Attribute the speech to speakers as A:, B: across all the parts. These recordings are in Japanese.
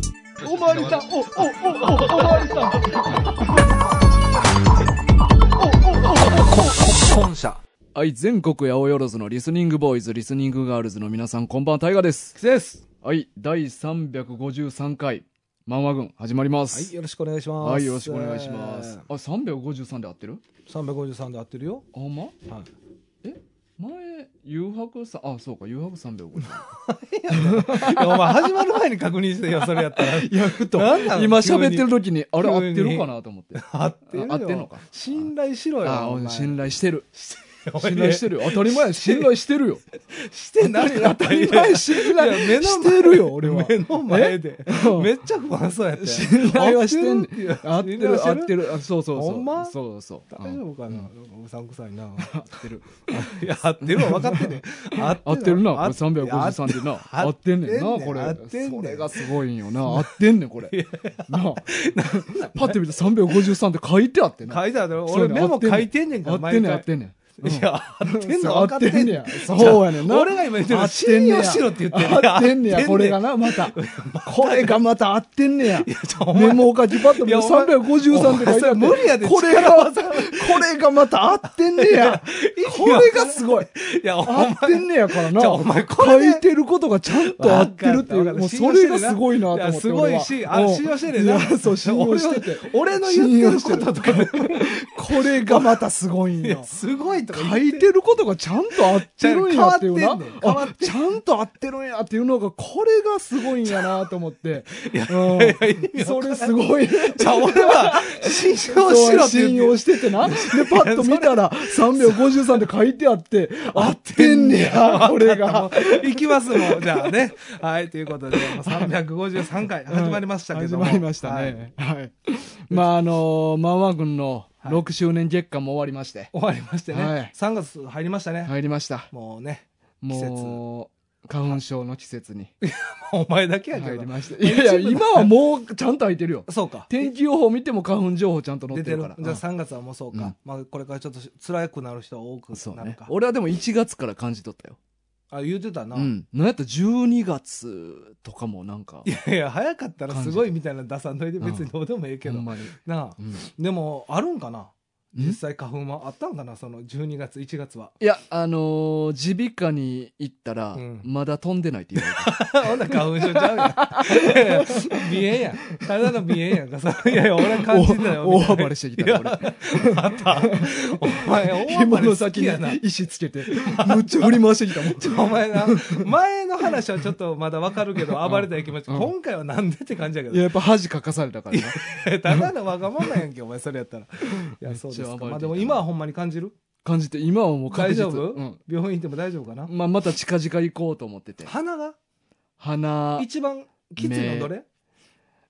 A: まりさん、お、お、お、お、おまりさん。
B: 本社。
C: はい、全国八百万のリスニングボーイズ、リスニングガールズの皆さん、こんばんは、タイガです。
B: です。
C: はい、第353回、マンマ軍、始まりま
B: はい、
C: す。
B: よろしくお願いします。
C: はい、よろしくお願いします。あ、
B: えー。
C: 353で合ってる
B: 三百五十三で合ってるよ。
C: あ、ほんま
B: はい。
C: 前、誘白さ、あ、そうか、誘白353。
B: いやお前始まる前に確認してよ、それやったら。
C: いや、ふと
B: なんなん
C: 今喋ってる時に、あれ、合
B: 急
C: っ
B: に
C: てるかなと思って。
B: 合ってるよ。
C: あ合ってんのか
B: 信頼しろよ。
C: あ
B: お前、
C: 信頼してる。信
B: 信
C: 頼して
B: る。
C: るよ。当たり前や、信頼してるよ。
B: してないよ。
C: 当たり前、信
B: いや
C: 頼
B: 目の前
C: してるよ、俺は。
B: 目の前で
C: うん。
B: めっちゃ不安そうやって。
C: 信頼はしてんねん。合
B: 合
C: っ
B: ってて
C: る
B: る、
C: 合
B: 合
C: っ
B: っててる。
C: る。あそうそうそう。
B: ほんま
C: そうそう。
B: 大丈夫かなうさんく さいな。
C: 合ってる。
B: いや、合ってるわ、分かってね。
C: 合ってるな、これ
B: 合っ
C: 353でな。合ってんねんな、これ。
B: 合ってんね
C: そ
B: ん
C: れがすごいんよな。合ってんねん、これ。なあ。パッて見て353って書いてあってな。
B: 書いてある
C: そう
B: 俺
C: やね
B: メモ書いてんねんから
C: 合ってんねん、合
B: 毎
C: っ
B: 回
C: てんねん。うん
B: いや合って
C: そ
B: ん
C: う
B: の
C: 合
B: 分
C: っ
B: かってて
C: ん
B: ん
C: ね
B: ね
C: や
B: や。
C: そうやねんな
B: 俺が今言ってる
C: 合
B: の
C: ってん
B: 信
C: ねや
B: 用しろって言ってんね
C: 合ってんねや、これが
B: な
C: な、ま た。これがまた合ってんねや。
B: お前
C: メモを書きパッと見
B: い
C: て
B: やお前
C: 353って書いてあって。
B: お前それ無理やで
C: これが、これがまた合ってんねや。これがすごい。
B: いやお前
C: 合ってんねやからな。
B: じゃあお前これで
C: 書いてることがちゃんと合ってるっていう。
B: わかったわかった
C: もうそれがすごいなと思って。
B: いやすごいし、あ
C: 俺は
B: 信用してるな。
C: いやそう、信用してて。
B: 俺の俺の言ってることとか、
C: これがまたすごいん
B: い
C: よ
B: や。すごいとか
C: 書
B: 言っ
C: いてることがちゃんと合ってるんやっていう
B: ち
C: な
B: ゃう変わってんねん。変わ
C: あちゃんと合ってるんやっていうのが、これがすごいんやなと思って。うんそれすごい。
B: じゃあ俺は、信用しろって
C: 信
B: 言っ
C: 用しててな。で、パッと見たら、353って書いてあって、 合ってんねや、これが。
B: て。いき ますもん、じゃあね。はい、ということで、もう353回始まりましたけども。
C: 始まりました
B: はい。
C: ね。 はい。まあ、あのー、マンワ軍の6周年月間も終わりまして、
B: 終わりまして
C: は
B: ね
C: い。
B: 3月入りましたね。
C: 入りました。
B: もうね、
C: もう、花粉症の季節に
B: お前だけやけ
C: 入り
B: ど。
C: ました。いやいや、今はもうちゃんと空いてるよ。
B: そうか。
C: 天気予報見ても花粉情報ちゃんと載
B: 出
C: ってる
B: てる
C: から。
B: じゃあ
C: うん
B: 3月はもうそう
C: う
B: か
C: ん。
B: まあこれからちょっと辛くなる人は多く
C: そう
B: なる
C: ね
B: か。。
C: 俺はでも1月から感じとったよ。
B: あ、言うてたな
C: う。ん。なんやったら12月とかもなんか
B: い、やいや、早かったらすごいみたいなの出さんといて別にどうでもええけ
C: ほ
B: ど。
C: んまに。
B: なあ
C: う。ん
B: でも、あるんかな
C: うん
B: 実際花粉はあったんかなその12月、1 月は。
C: いや、あのー、耳鼻科に行ったら
B: うん、
C: まだ飛んでないって言われた。
B: ほんなら花粉症ちゃう やん。鼻炎やん。ただの鼻炎やんか。それいやいや、俺は感じてたよ。
C: お
B: みたい
C: 大
B: な
C: 暴れしてきたな、俺。
B: また。お前、大暴
C: 紐
B: れ
C: の
B: 好
C: 先
B: き
C: に
B: やな。
C: 石つけて、むっちゃ振り回してきたもん。
B: お前な、前の話はちょっとまだわかるけど、暴れたい気持ち。
C: うん
B: 今回はなんでって感じやけ
C: いや、
B: ど。
C: やっぱ恥かかされたからな。
B: ただのわがままやんけ、お前、それやったら。いや、そうです
C: めっちゃ暴れてきたな
B: か。まあでも今はほんまに感じる
C: 感じて、今はもう確
B: 大
C: 実
B: 丈夫
C: うん。
B: 病院行っても大丈夫かな
C: まあ、また近々行こうと思ってて。
B: 鼻が
C: 鼻、
B: 一番きついのどれ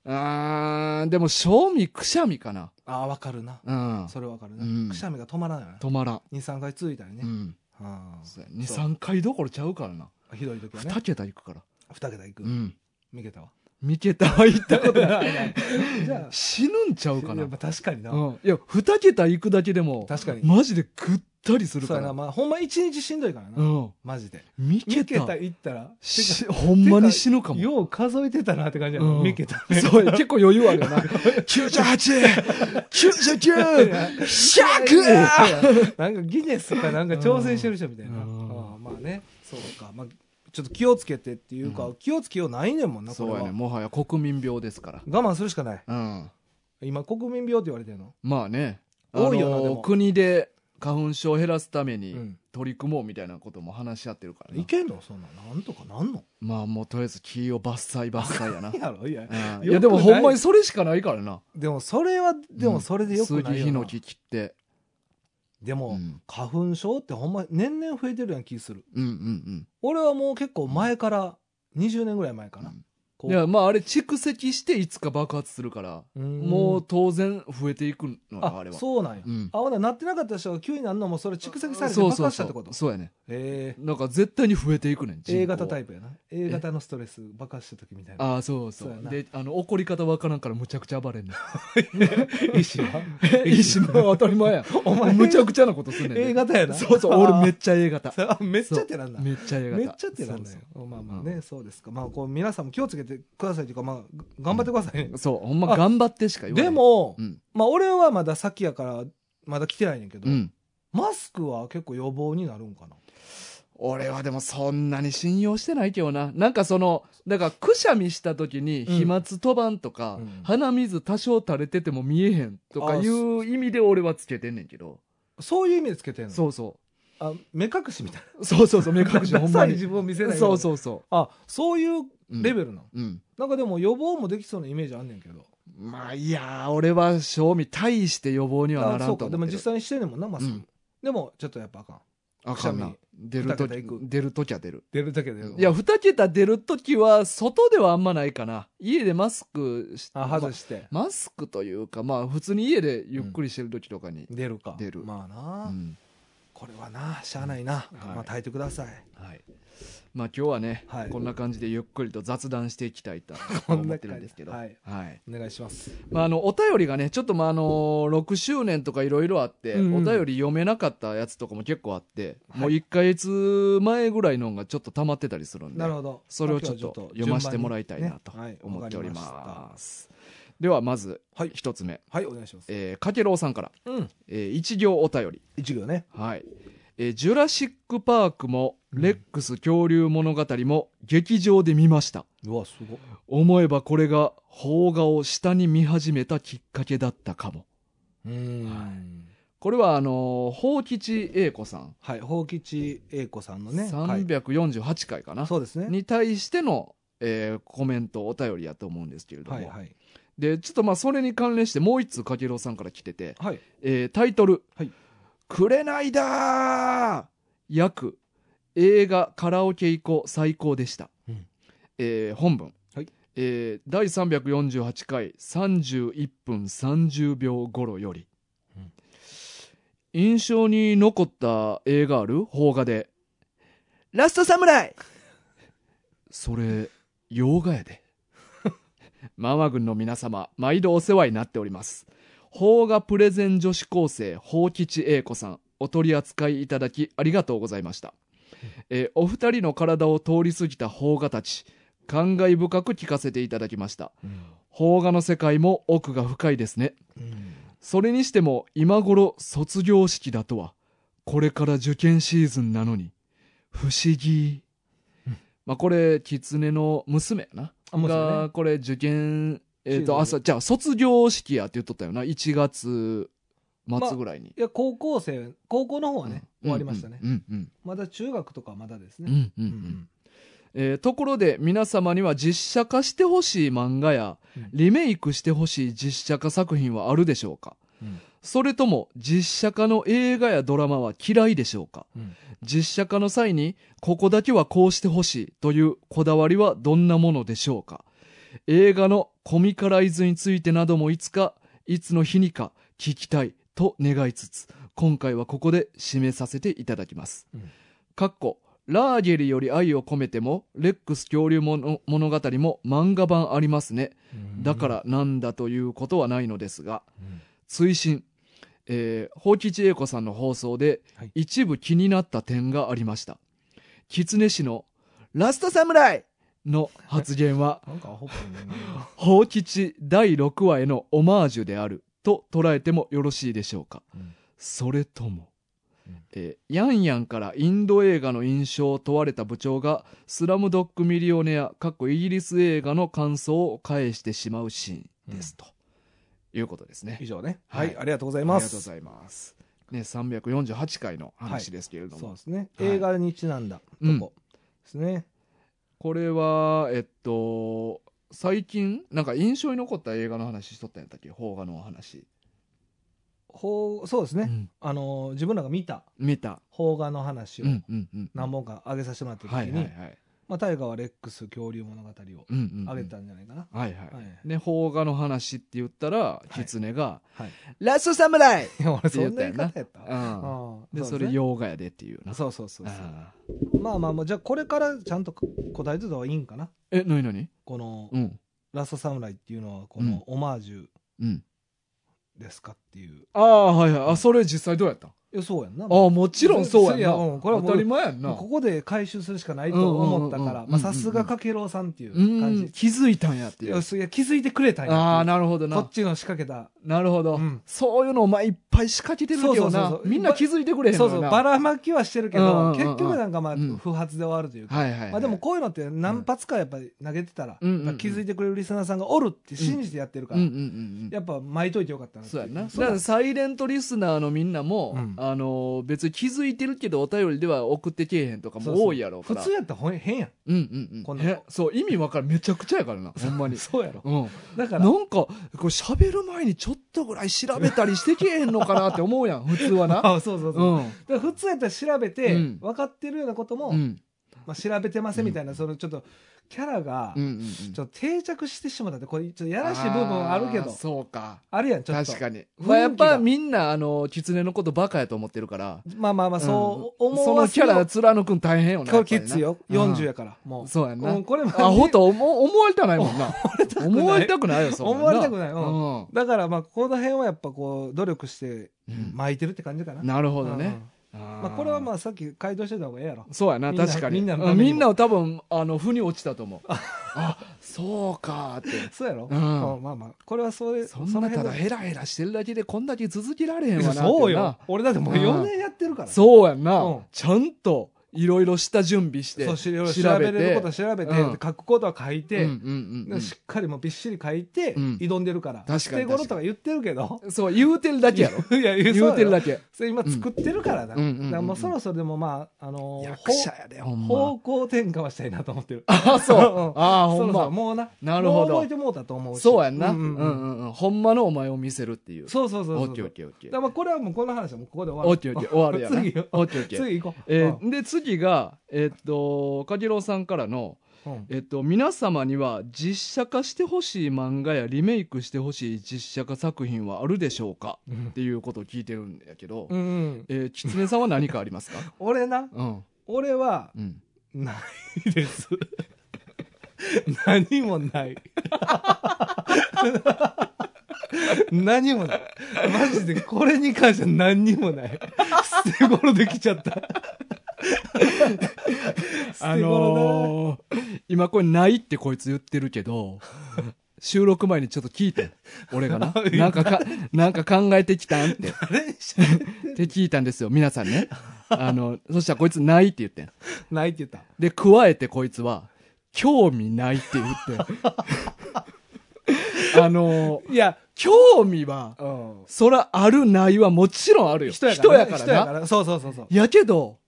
C: あーでも、賞味、くしゃみかな。
B: ああ、わかるな。
C: うん。
B: それわかる
C: うん
B: な。くしゃみが止まらないな。
C: 止まらん。
B: 2、3回続いたりね
C: う。ん。
B: あ
C: そうや2、
B: そう
C: 3回どころちゃうからな。
B: あひどい時はね。
C: 2桁行くから。
B: 2桁いく
C: う。ん。
B: 見けたわ。
C: 三桁は行った ことない。
B: じゃあ、
C: 死ぬんちゃうかな。
B: やっぱ確かにな。
C: うん、いや、二桁行くだけでも、
B: 確かに。
C: マジでぐったりする
B: そう
C: か
B: やな。
C: ら。
B: まあ、ほんま1日しんどいから
C: う
B: な。
C: ん。
B: マジで。
C: 三
B: 見け
C: 桁
B: た行ったら、
C: しほんまに死ぬかも。
B: よう数えてたなって感じや
C: う
B: な。
C: ん
B: 見けた。
C: そうや、結構余裕あるよ な。98!99!
B: いや
C: 100!
B: なんかギネスかなんか挑戦してる人みたいな。あ
C: うん
B: あまあね、そうか。まあ、ちょっと気をつけてっていうか、気をつけようないねんもんな、こ
C: そう
B: れ
C: やね、
B: は。我
C: もはや国民病ですから。
B: 慢するしかない。
C: うん。
B: 今、国民病って言われてるの。
C: まあね。
B: 多いよな
C: あの
B: でも
C: 国で花粉症を減らすため
B: う
C: に
B: ん
C: 取り組もうみたいなことも話し合ってるからな、
B: いけんのそんなん。なんとかなんの
C: まあもうとりあえず木を伐採伐採や な。
B: やろいや。
C: うんい
B: よ
C: や
B: くない
C: でもほんまにそれしかないからな。
B: でも、それは、でも、それでよくない
C: 杉
B: よ
C: ヒ
B: な
C: ノキ切って。
B: で
C: う
B: も、
C: ん
B: 花粉症ってほんま、年々増えてるやん気する。
C: うんうん
B: 俺はもう結構前から、20年ぐらい前かな。
C: う
B: こ
C: ん。
B: う
C: いや、まああれ蓄積していつか爆発するから、
B: うん
C: もう当然増えていくのよ、あ
B: あ
C: れは。
B: そうなんや。
C: うん
B: あほななってなかった人が急になるのもそれ蓄積されて
C: そう
B: 爆
C: そう
B: 発し
C: そ
B: たってこ
C: う
B: と。
C: そうやね。
B: え
C: なんか絶対に増えていくねん。
B: ー A 型タイ
C: プ。
B: プやな A 型のストレス爆発した時みたいな
C: ああ、そうそ
B: そうや
C: う。
B: な
C: で、あの、怒り方わからん からむちゃくちゃ暴れんねん。
B: 意思は
C: いいし、 もう当たり前やん。
B: お前
C: むちゃくちゃなことすんねんで。
B: A 型やな
C: そうそう、俺めっちゃ A 型。
B: あーめっちゃってなんだ
C: そうめっちゃ A 型。
B: めっちゃってなんだよまあまあねそうですかまあこう皆さんも気をつけててくださいというか、まあ、頑張ってくださいね。
C: そう、ほんま頑張ってしか言わない。
B: で、も、
C: うん。
B: まあ、俺はまだ先やから、まだ来てないねんけど、
C: うん。
B: マスクは結構予防になるんかな。
C: 俺はでもそんなに信用してないけどな。なんかその、だからくしゃみした時に飛沫飛ばんとか、
B: うん
C: 鼻水多少垂れてても見えへんとかいう意味で俺はつけてんねんけど。
B: そういう意味でつけてんの
C: そうそ
B: あ目隠しみたいな。
C: う。そうそうそう、目隠しほ
B: ダ
C: んま
B: サい
C: に。
B: 自分を見せない よ
C: そうう
B: に
C: そうそ
B: あ、そうい
C: う。う
B: う
C: ん
B: レベルなの、
C: うん。
B: なんかでも予防もできそうなイメージあんねんけど。
C: まあいやー、俺は賞味大して予防にはな
B: あ
C: ら
B: そうん
C: と
B: か。
C: 思
B: で
C: う
B: も
C: けど。
B: 実際にしてんねんもんな、マスク。
C: うん
B: でも、ちょっとやっぱあかん。
C: あかん
B: くし
C: な
B: ゃ。
C: 出るとき
B: 二桁い、く
C: 出るときは出る。
B: 出るだけで。
C: いや、、二桁出るときは、外ではあんまないかな。家でマスクし
B: あ、外して。
C: まマスクというか、まあ、普通に家でゆっくりしてるときとかに。
B: 出るか。
C: 出る
B: まあな、
C: うん
B: これはな、しゃあないな。
C: はい
B: まあ、耐えてください。
C: はい。まあ、今日はね、
B: はい
C: こんな感じでゆっくりと雑談していきたい と思ってるんですけど。
B: はい
C: はい。
B: お願いします。
C: まあ、あの、お便りがね、ちょっとまあ、あの6周年とかいろいろあって、
B: うんうん
C: お便り読めなかったやつとかも結構あって、
B: はい
C: もう1ヶ月前ぐらいのがちょっと溜まってたりするんで。
B: なるほど。
C: それをちょっと読ませてもらいたいなと
B: ねはい
C: 思っており
B: わか
C: ま。す。ではまず
B: はい
C: 一つ目、
B: はい、お願いします。
C: えーかけろうさんから、
B: うん。
C: えー一行お便り、
B: 一行ね。
C: はいえージュラシック・パークもレックス恐竜物語も劇場で見ました。
B: うわ、すごい。
C: 思えばこれが邦画を下に見始めたきっかけだったかも。
B: うん。
C: これはあのー、宝吉英子さん、
B: はい、宝吉英子さんのね。はい
C: 348回かな、
B: そうですね。
C: に対しての、えーコメント、お便りやと思うんですけれども、
B: はいはい。
C: で、ちょっとまあそれに関連してもう一通かけろうさんから来てて、
B: はい。
C: えータイトル、
B: はい
C: くれないだー約、映画カラオケ以降最高でした。
B: うん
C: えー本文、
B: はい
C: えー第348回31分30秒頃より、
B: うん
C: 印象に残った映画ある邦画で、ラストサムライそれ、洋画や で。ママ軍の皆様、毎度お世話になっております。邦画プレゼン女子高生、宝吉英子さん、お取り扱いいただきありがとうございました。えーお二人の体を通り過ぎた邦画たち、感慨深く聞かせていただきました。邦画の世界も奥が深いですね。
B: うん
C: それにしても今頃卒業式だとは、これから受験シーズンなのに、不思議。まあこれ、狐の娘やな。
B: あもちろんね
C: が、これ受験、えっ、
B: シーズン
C: と、朝、じゃあ卒業式やって言っとったよな。1月末ぐらいに。
B: いや、高校生、高校の方はね、
C: うん
B: 終わりましたね。
C: うんうん
B: まだ中学とかはまだで
C: う
B: す
C: ん。う
B: ね。
C: んうんうんえーところで皆様には実写化してほしい漫画や
B: うん
C: リメイクしてほしい実写化作品はあるでしょうか
B: うん
C: それとも実写化の映画やドラマは嫌いでしょうか
B: うん
C: 実写化の際にここだけはこうしてほしいというこだわりはどんなものでしょうか映画のコミカライズについてなどもいつかいつの日にか聞きたいと願いつつ今回はここで締めさせていただきます、
B: うん
C: かっこラーゲリより愛を込めてもレックス恐竜もの物語も漫画版ありますねだか、らなんだということはないのですが
B: うん
C: 追伸、えー、宝吉英子さんの放送で
B: はい、
C: 一部気になった点がありました。狐氏のラストサムライの発言は
B: なんかアホっぽいね。
C: 宝吉第6話へのオマージュであると捉えてもよろしいでしょうか。
B: うん
C: それとも
B: うん、
C: えーヤンヤンからインド映画の印象を問われた部長が「スラムドッグ・ミリオネア」かっこイギリス映画の感想を返してしまうシーンです、ということですね
B: 以。上ね。
C: は
B: はいい、ありがとうござい
C: あ
B: ま
C: りがとうご
B: す。
C: ざいます。ね、348回の話ですけれども、
B: そうですね。
C: はい
B: 映画にちなんだと
C: うん
B: こですね。
C: これは、えっと、最近、なんか印象に残った映画の話しとったんやったっけ邦画のお話。
B: ほうそうです
C: う
B: ね。
C: ん
B: あのー、自分らが見た
C: 見た。
B: 邦画の話
C: う
B: を
C: んうんうん。
B: 何本か上げさせてもらった時
C: はいはいは
B: に、
C: い。
B: まあ、大河はレックス恐竜物語を
C: うんうんうん
B: 上げたんじゃないかな。
C: はいはい。
B: はい
C: で、邦画の話って言ったら、狐が、
B: はい。
C: ラストサムライ
B: いや、俺
C: て
B: そ
C: 言っ
B: ん
C: た
B: な
C: よ
B: 言い
C: な
B: 方やった。
C: うん
B: ああ
C: で、それ
B: う
C: 洋画やでっていうな。
B: ですねそうそうそうそう。
C: あー
B: まあまあまあ、じゃあこれからちゃんと答えてた方がいいんかな。
C: え、なになに
B: この
C: う、ん。
B: ラストサムライっていうのは、このオマージュ
C: うん。
B: ですかっていう。
C: ああ、はいはい。あ、それ実際どうやったん
B: いやそうやんな
C: ああもちろんそうやん
B: いやう
C: なん
B: これはもう
C: 当たり前やんな
B: もうここで回収するしかないと思ったから
C: うんうんうんうん
B: まあさすがかけろうさんっていう
C: う
B: 感じ
C: ん気づいたんやって
B: い
C: いう
B: やすいや気づいてくれたんや
C: ああなるほど
B: こ
C: な
B: っちの仕掛けた
C: なるほど、
B: うん
C: そういうのお前いっぱい仕掛けてるけど
B: そうそう
C: な
B: そうそう
C: みんな気づいてくれへんの
B: そ
C: よ
B: う
C: な
B: そうばらまきはしてるけ
C: うんうん
B: ど
C: うんうん
B: 結局なんかまあ
C: うん
B: 不発で終わるというか
C: はいはい、はい、
B: まあでもこういうのって何発かやっぱり投げてたら
C: うんうんうん
B: やっぱ気づいてくれるリスナーさんがおるって信じてやってるか
C: うん
B: ら
C: うんうんうん
B: やっぱ巻いといてよかったなって
C: そ
B: いう
C: やんなだ
B: そう
C: からサイレントリスナーのみんなも、
B: うん
C: あのー別に気づいてるけどお便りでは送ってけえへんとか
B: そう
C: も
B: そう
C: 多いやろうか
B: 普
C: ら
B: 通やったらほん変やん
C: うんうんうん
B: こんな
C: えそう意味わかるめちゃくちゃやからなほんまに
B: そうやろ
C: うん、
B: だか
C: な
B: ら
C: んかこれ喋る前にちょっとぐらい調べたりしてけえへんのかなって思うやん普通はな
B: あそう そうそううんだから普通やったら調べて
C: うん
B: 分かってるようなことも
C: うん
B: まあ調べてませんみたいなそのちょっとキャラが
C: うんうん
B: ちょっと定着してしまったってこれちょっとやらしい部分はあるけ
C: ー
B: ど
C: そうか
B: あるやんちょっと
C: 確かに、
B: が
C: まあ、やっぱみんなあの狐のことバカやと思ってるから
B: まあまあまあそう思
C: そ
B: わ
C: の
B: せ
C: キ
B: よ
C: ャ
B: う
C: ラ貫くん大変よね
B: これきつい
C: やっ
B: よ
C: ぱりな
B: 40やからも
C: うん
B: う
C: そうやんな
B: うんこれも
C: アホと思思われたないもん な思われたくないよそんな
B: 思われたくないうん
C: うん
B: だからまあこの辺はやっぱこう努力して
C: うん
B: 巻いてるって感じかな
C: なるほど
B: うんう
C: ね
B: ん
C: ま
B: まあこれは
C: あ
B: まあさっき回答してた方がええやろ
C: そうやな
B: みんな
C: 確かに
B: みんなの
C: う
B: ためにも
C: みんなは多分あの負に落ちたと 思うあそうかーって
B: そうやろ
C: う
B: うんんまあまあこれはそれ
C: そんなただ
B: の
C: ヘラヘラしてるだけでこんだけ続けられへん
B: 辺
C: わな
B: の
C: って
B: そう
C: な
B: よ俺だってもう
C: う
B: 4
C: ん
B: 年やってるから
C: そうやんな、
B: うん
C: ちゃんといろいろ下準備して
B: そうし調べれることは調べて
C: うん
B: で書くことは書いて
C: うんうんうんうん
B: しっかりもうびっしり書いて
C: うん
B: 挑んでるから
C: かに
B: 捨て頃とか言ってるけど
C: そう言うてるだけやろ
B: いや
C: 言うてるだけ
B: それ今作ってるからな、
C: うんうんうんうん
B: だからもうそろそろでもまあ、あのー
C: 役者やでほん
B: 方
C: ま
B: 方向転換はしたいなと思ってる
C: あそう
B: うん
C: ああ
B: そ
C: ほん
B: ろそろ
C: ま
B: もうな
C: なるほど
B: もう覚えてもうたと思うし
C: そうやんなう
B: うんん
C: う
B: うんん
C: うんほんまのお前を見せるっていう
B: そうそうそう
C: オ
B: そう
C: ッケーオッケーオッケー
B: だからまあこれはもうこの話はもうここで終
C: オ
B: わ
C: ッケーオッケー終わるやな
B: 次よ
C: オッケーオッ
B: る
C: ケー
B: 次行こう、
C: えーで次がえーっとかげろうさんからの
B: うんうん
C: えっと、皆様には実写化してほしい漫画やリメイクしてほしい実写化作品はあるでしょうかっていうことを聞いてるんやけど、
B: うんうん
C: えー、狐さんは何かありますか
B: 俺な
C: うん。
B: 俺は
C: うん。
B: ないです何もない何もないマジでこれに関しては何にもない捨て頃できちゃった
C: あのー、今これないってこいつ言ってるけ ど、収録前にちょっと聞いて、俺が な。なんかか、なんか考えてきたんって。って聞いたんですよ、皆さんね。あの、そしたらこいつないって言ってん。
B: ないって言った。
C: で、加えてこいつは、興味ないって言 って。あのー
B: いや、
C: 興味は、
B: うん。
C: そらあるないはもちろんあるよ。
B: 人やからね、
C: 人やから
B: 人や
C: な
B: か。らそうそうそうそう。
C: やけど、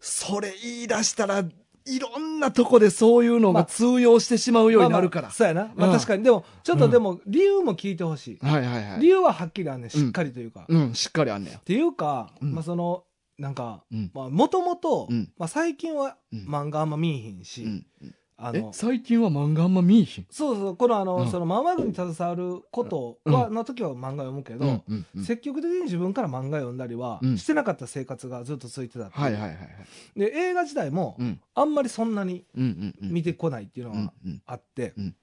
C: それ言い出したら、いろんなとこでそういうのが通用してしまうようになるから。
B: まあまあそうやな。ま
C: うん
B: あ確かに。でも、ちょっ
C: う
B: と
C: ん
B: でも、理由も聞いてほしい。
C: はいはいは
B: 理
C: い。
B: 由ははっきりあんねんしっかりというか。っ
C: うん、しっかりあんねや。
B: ていうか、
C: うん
B: まあその、なんか、
C: うん。
B: まあもともと
C: うん、
B: まあ最近は
C: うん
B: 漫画あんま見えへん
C: う
B: し、
C: ん、
B: あ
C: え
B: の、そう
C: 最近は漫画あんま見えひん。
B: そう、このあ
C: う
B: の、
C: ん
B: その漫画に携わることは、の時は漫画読むけ
C: うん
B: ど、
C: うんうん
B: 積極的に自分から漫画読んだりは
C: うん
B: してなかった生活がずっと続いてたっていう
C: はいはいはいはい。
B: で映画自体も
C: うん
B: あんまりそんなに
C: うんうんうん。
B: 見てこないっていう
C: う
B: の
C: ん
B: は
C: うん
B: あって、
C: うん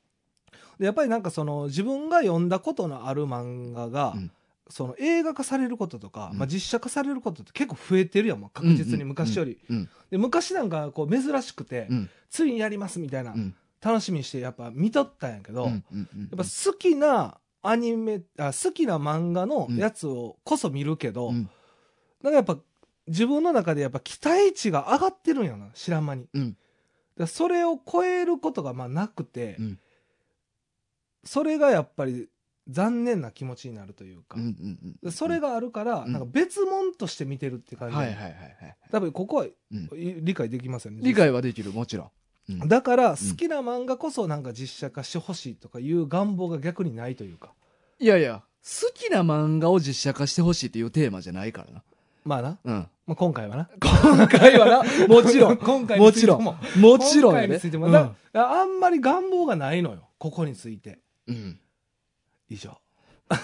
B: でやっぱりなんかその自分が読んだことのある漫画が、
C: うん
B: その映画化されることとか、
C: うん
B: まあ、実写化されることって結構増えてるやんもう確実に昔より、
C: うん
B: で昔なんかこう珍しくて、
C: うん
B: ついにやりますみたいな、
C: うん
B: 楽しみにしてやっぱ見とったんやけど、
C: うん
B: やっ
C: うんうん
B: ぱ好きなアニメあ好きな漫画のやつをこそ見るけど、
C: うん
B: なんかやっぱ自分の中でやっぱ期待値が上がってるんやな知らん間に、
C: うん
B: だからそれを超えることがまあなくて、
C: うん
B: それがやっぱり残念な気持ちになるというか、
C: うんう
B: だか
C: んう
B: ら
C: ん。
B: それ
C: が、
B: があるから、
C: うん
B: なんか別物として見てるって感じ、
C: はいはいはいはい。
B: 多分ここは、い
C: うん
B: 理解できますよね
C: 理解はできる、もちろん。うん
B: だから好きな漫画こそなんか実写化してほしいとかいう願望が逆にないというか
C: いやいや、好きな漫画を実写化してほしいっていうテーマじゃないからな。
B: まあな、
C: うん。
B: まあ、今回はな
C: 今 回はな、もち ろん。
B: 今回についても
C: もちろもちろん
B: 今
C: や
B: 回に
C: ね
B: ついて。も
C: う
B: だ
C: ん
B: だからあんまり願望がないのよここについて
C: うん。
B: 以上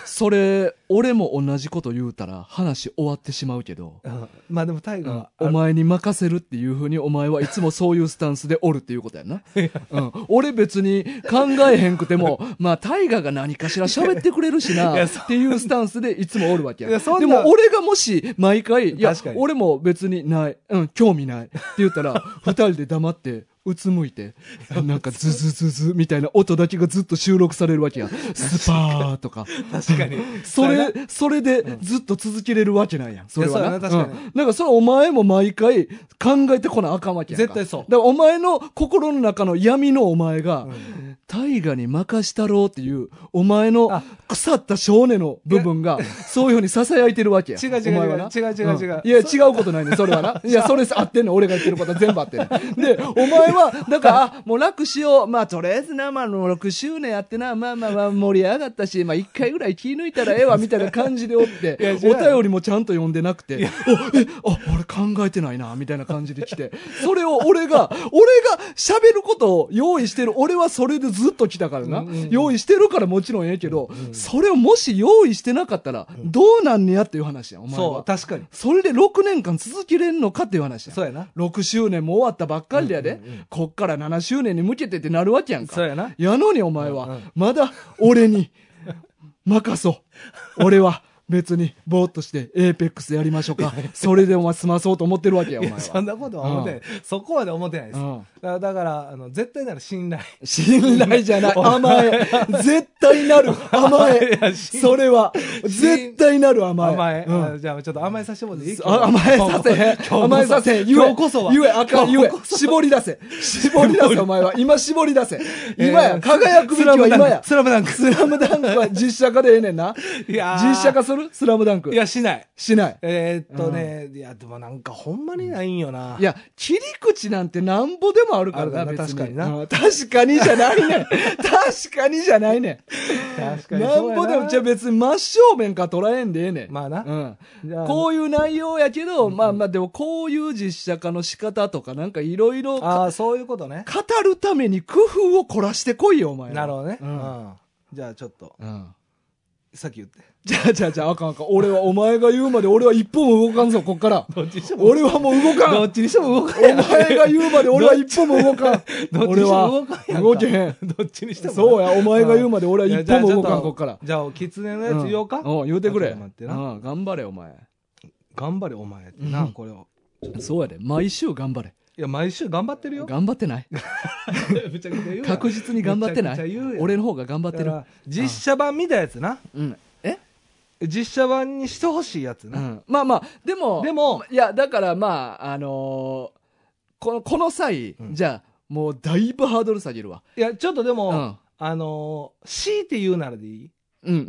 C: それ、俺も同じこと言うたら話終わってしまうけど、
B: うんまあでも大
C: う
B: 河
C: ん
B: は、
C: お前に任せるっていうふうにお前はいつもそういうスタンスでおるっていうことやな。 うん、俺別に考えへんくても、 まあ大河が何かしら喋ってくれるし
B: い
C: な、
B: や
C: っ
B: そ
C: ていうスタンスでいつもおるわけ
B: い
C: や。
B: やそん
C: で
B: な
C: も俺がもし毎回、いや
B: 確か、に
C: 俺も別にない、うん、興味ないって言った ら、二人で黙って、うつむいて、なんかズズズズみたいな音だけがずっと収録されるわけや。スパーとか。
B: 確かに
C: それ、それでずっと続けれるわけなんやん。それはな。
B: いやそうやな確か
C: うんなんかそれお前も毎回考えてこなあかんわけやんか
B: 絶対そう
C: だからお前の心の中の闇のお前が、大河に任したろうっていう、お前の
B: あ
C: 腐った少年の部分が、そういうふうに囁いてるわけや。
B: 違う違う違う
C: お前はな
B: 違う違う違うん
C: いや、違うことないね、それは な。いや、それ合ってんの、俺が言ってることは全部合ってんの。で、お前は、だから、 あ、もう楽しよう。まあ、とりあえずな、まあ、6周年やってな、まあまあまあ、盛り上がったし、まあ、1回ぐらい気抜いたらええわ、みたいな感じでおって、
B: や違
C: お
B: う
C: 便りもちゃんと読んでなくて、お、え、あ、俺考えてないな、みたいな感じで来て、それを俺が、俺が喋ることを用意してる、俺はそれでずっと来たからな。用意してるからもちろんええけど、それをもし用意してなかったら、どうなんねやっていう話やん、お前は。
B: そう確かに
C: それで6年間続けれんのかっていう話や
B: そうやな
C: 6周年も終わったばっかりやで、こっから7周年に向けてってなるわけやんか
B: そうやな
C: やのにお前は、
B: うんうん
C: まだ俺に任そう 俺は別にぼーっとしてエーペックスやりましょうかそれでお前済まそうと思ってるわけやお
B: い
C: 前
B: やそん
C: は
B: なことは思ってない、そこまで思ってないです、
C: うん
B: だだからあの絶対なら信頼
C: 信頼じゃない甘え絶対なる甘
B: いや
C: え
B: 信
C: それは絶対なる甘え
B: 甘え、
C: うん
B: あじゃあちょっと甘えさせてもらっていい
C: あ甘えさせへん
B: 今日こそ
C: 甘えさせへん言え
B: 今日こそは
C: 言えあかん言え
B: 今日こ
C: 絞り出せ絞り出せお前は今絞り出せ今や
B: えー
C: 輝くべきは今や
B: スラムダンクス
C: スラムダンクは実写化でええねんない
B: やー
C: 実写化するスラムダンク
B: いやしない
C: しない
B: えーっとね、いやでもなんかほんまにないんよない
C: や、切り口なんてなんぼでもあるから
B: あ
C: な、
B: るからな
C: 別
B: 確かにな
C: うん確かにじゃない ねん。確かにじゃないねん。
B: 確かに
C: なんぼでも、じゃあ別に真正面から捉えんでええねん。
B: まあな
C: うん。
B: じゃあ
C: こういう内容やけど、まあまあ、でもこういう実写化の仕方とかなんかいろいろ
B: あ
C: 語
B: あそういうことね
C: るために工夫を凝らしてこいよ、お前は。
B: なるほどね、
C: う。
B: うんんじゃあちょっと
C: うん。
B: さっき言って
C: じゃあじゃあじゃあ、あかんあかん。俺は、お前が言うまで俺は一歩も動かんぞ、こっから。
B: どっちにしても
C: 俺はもう動かん。
B: どっちにしても動かん
C: お前が言うまで俺は一歩も動かん。
B: どっちにして
C: 俺は
B: も動かんやんか
C: 動けへん。
B: どっちにしてもな
C: そうや、お前が言うまで俺は一歩も動かん、こっから。
B: じゃあキツネのやつ言おう
C: ん
B: か、
C: ん言うてく
B: ちょ
C: れ。
B: っと待って
C: う、
B: なん
C: 頑張れ、お前。
B: 頑張れお前ってな、
C: うん
B: これを
C: そうやで、毎週頑張れ。
B: いや毎週頑張ってる よ
C: 頑張ってない。
B: ぶちゃくちゃ言うやん
C: 確実に頑張ってな
B: めちゃくちゃ言う
C: い。
B: やん
C: 俺の方が頑張っ
B: だ
C: て
B: か
C: る。
B: ら実写版みたいなやつな
C: うん。え
B: 実写版にしてほしいやつ
C: う
B: な、
C: ん。まあまあ、でも、
B: でも
C: いや、だからまあ、あのーこの、この際、
B: うん
C: じゃあ、もうだいぶハードル下げるわ。
B: いやちょっとで
C: う
B: も、
C: ん。うん
B: あのー強いて言うならでいい
C: うんうんう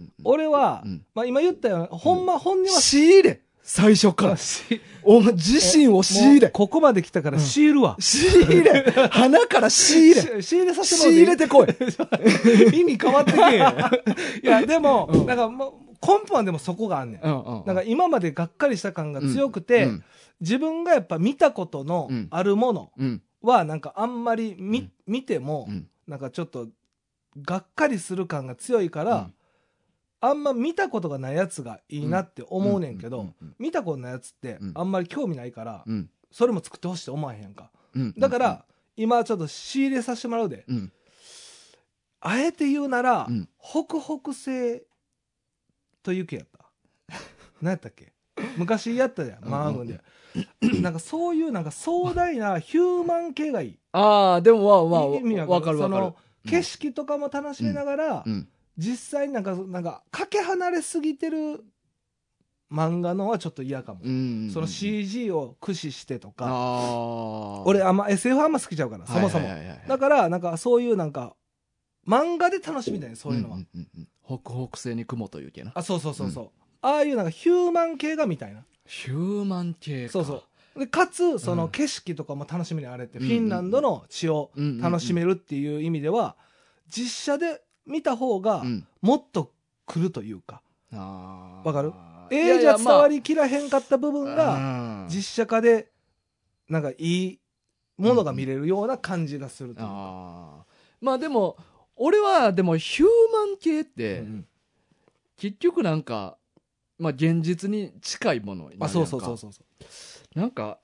C: ん。
B: 俺は、
C: うん
B: まあ今言ったようなほんま本音は
C: 仕入れ最初から。
B: し
C: お前自身を仕入
B: もう
C: れ。
B: ここまで来たから仕入るわ、
C: 仕入れ花から仕入れ
B: し仕入れさせ
C: 仕
B: てもらってい
C: 入
B: い
C: れてこい。
B: 意味変わってけえよ いや、でも、なんかもう、根本はでもそこがあんねん。
C: んうん
B: なんか今までがっかりした感が強くて、
C: うん
B: 自分がやっぱ見たことの
C: うん
B: あるもの
C: うん
B: は、なんかあんまり見,、
C: うん
B: 見ても
C: う、ん
B: なんかちょっと、がっかりする感が強いから、
C: うん
B: あんま見たことがないやつがいいなって思うねんけ
C: う
B: ど、
C: んうん
B: 見たことないやつって
C: うん
B: あんまり興味ないから、
C: うん
B: それも作ってほしいと思わへんやんか。
C: うん
B: だから、今ちょっと仕入れさせてもらうで。
C: うん
B: あえて言うなら、
C: うん
B: 北北西と雪やった。何やったっけ昔やったじゃん、
C: うん
B: マー軍で。 なんかそういうなんか壮大なヒューマン系がいい。
C: ああでもまあ
B: いい意
C: ま
B: 味
C: あ
B: や
C: わかるわか
B: そ
C: る
B: の景色とかも楽しみながら、
C: うん
B: 実際になんか、なんか、かけ離れすぎてる漫画のはちょっと嫌かも。
C: うん
B: その CG を駆使してとか、
C: ああ
B: 俺あんま SF あんま好きちゃうから、そもそも。だから、なんかそういうなんか、漫画で楽しみたいね、そういうのは。
C: 北北西に雲というけな
B: あ、そうそうそうそう。ああいうなんかヒューマン系がみたいな。
C: ヒューマン系か
B: そうそう。で、かつ、そうの
C: ん
B: 景色とかも楽しみにあれって、
C: うん
B: フィンランドの血を
C: うんうんうん
B: 楽しめるっていう意味では、実写で見た方が
C: う、ん
B: もっと来るというか、
C: ああ
B: わかる
C: い
B: え
C: や
B: え
C: い
B: じゃ
C: や
B: 伝
C: まあ
B: わりきらへんかった部分
C: う
B: が、
C: ん
B: 実写化で、なんかいいものが見れるような感じがするというか。
C: ああまあでも俺はでもヒューマン系って
B: うん
C: 結局なんか、まあ、現実に近いものになるやんか
B: あそうそうそうそうそう
C: なんか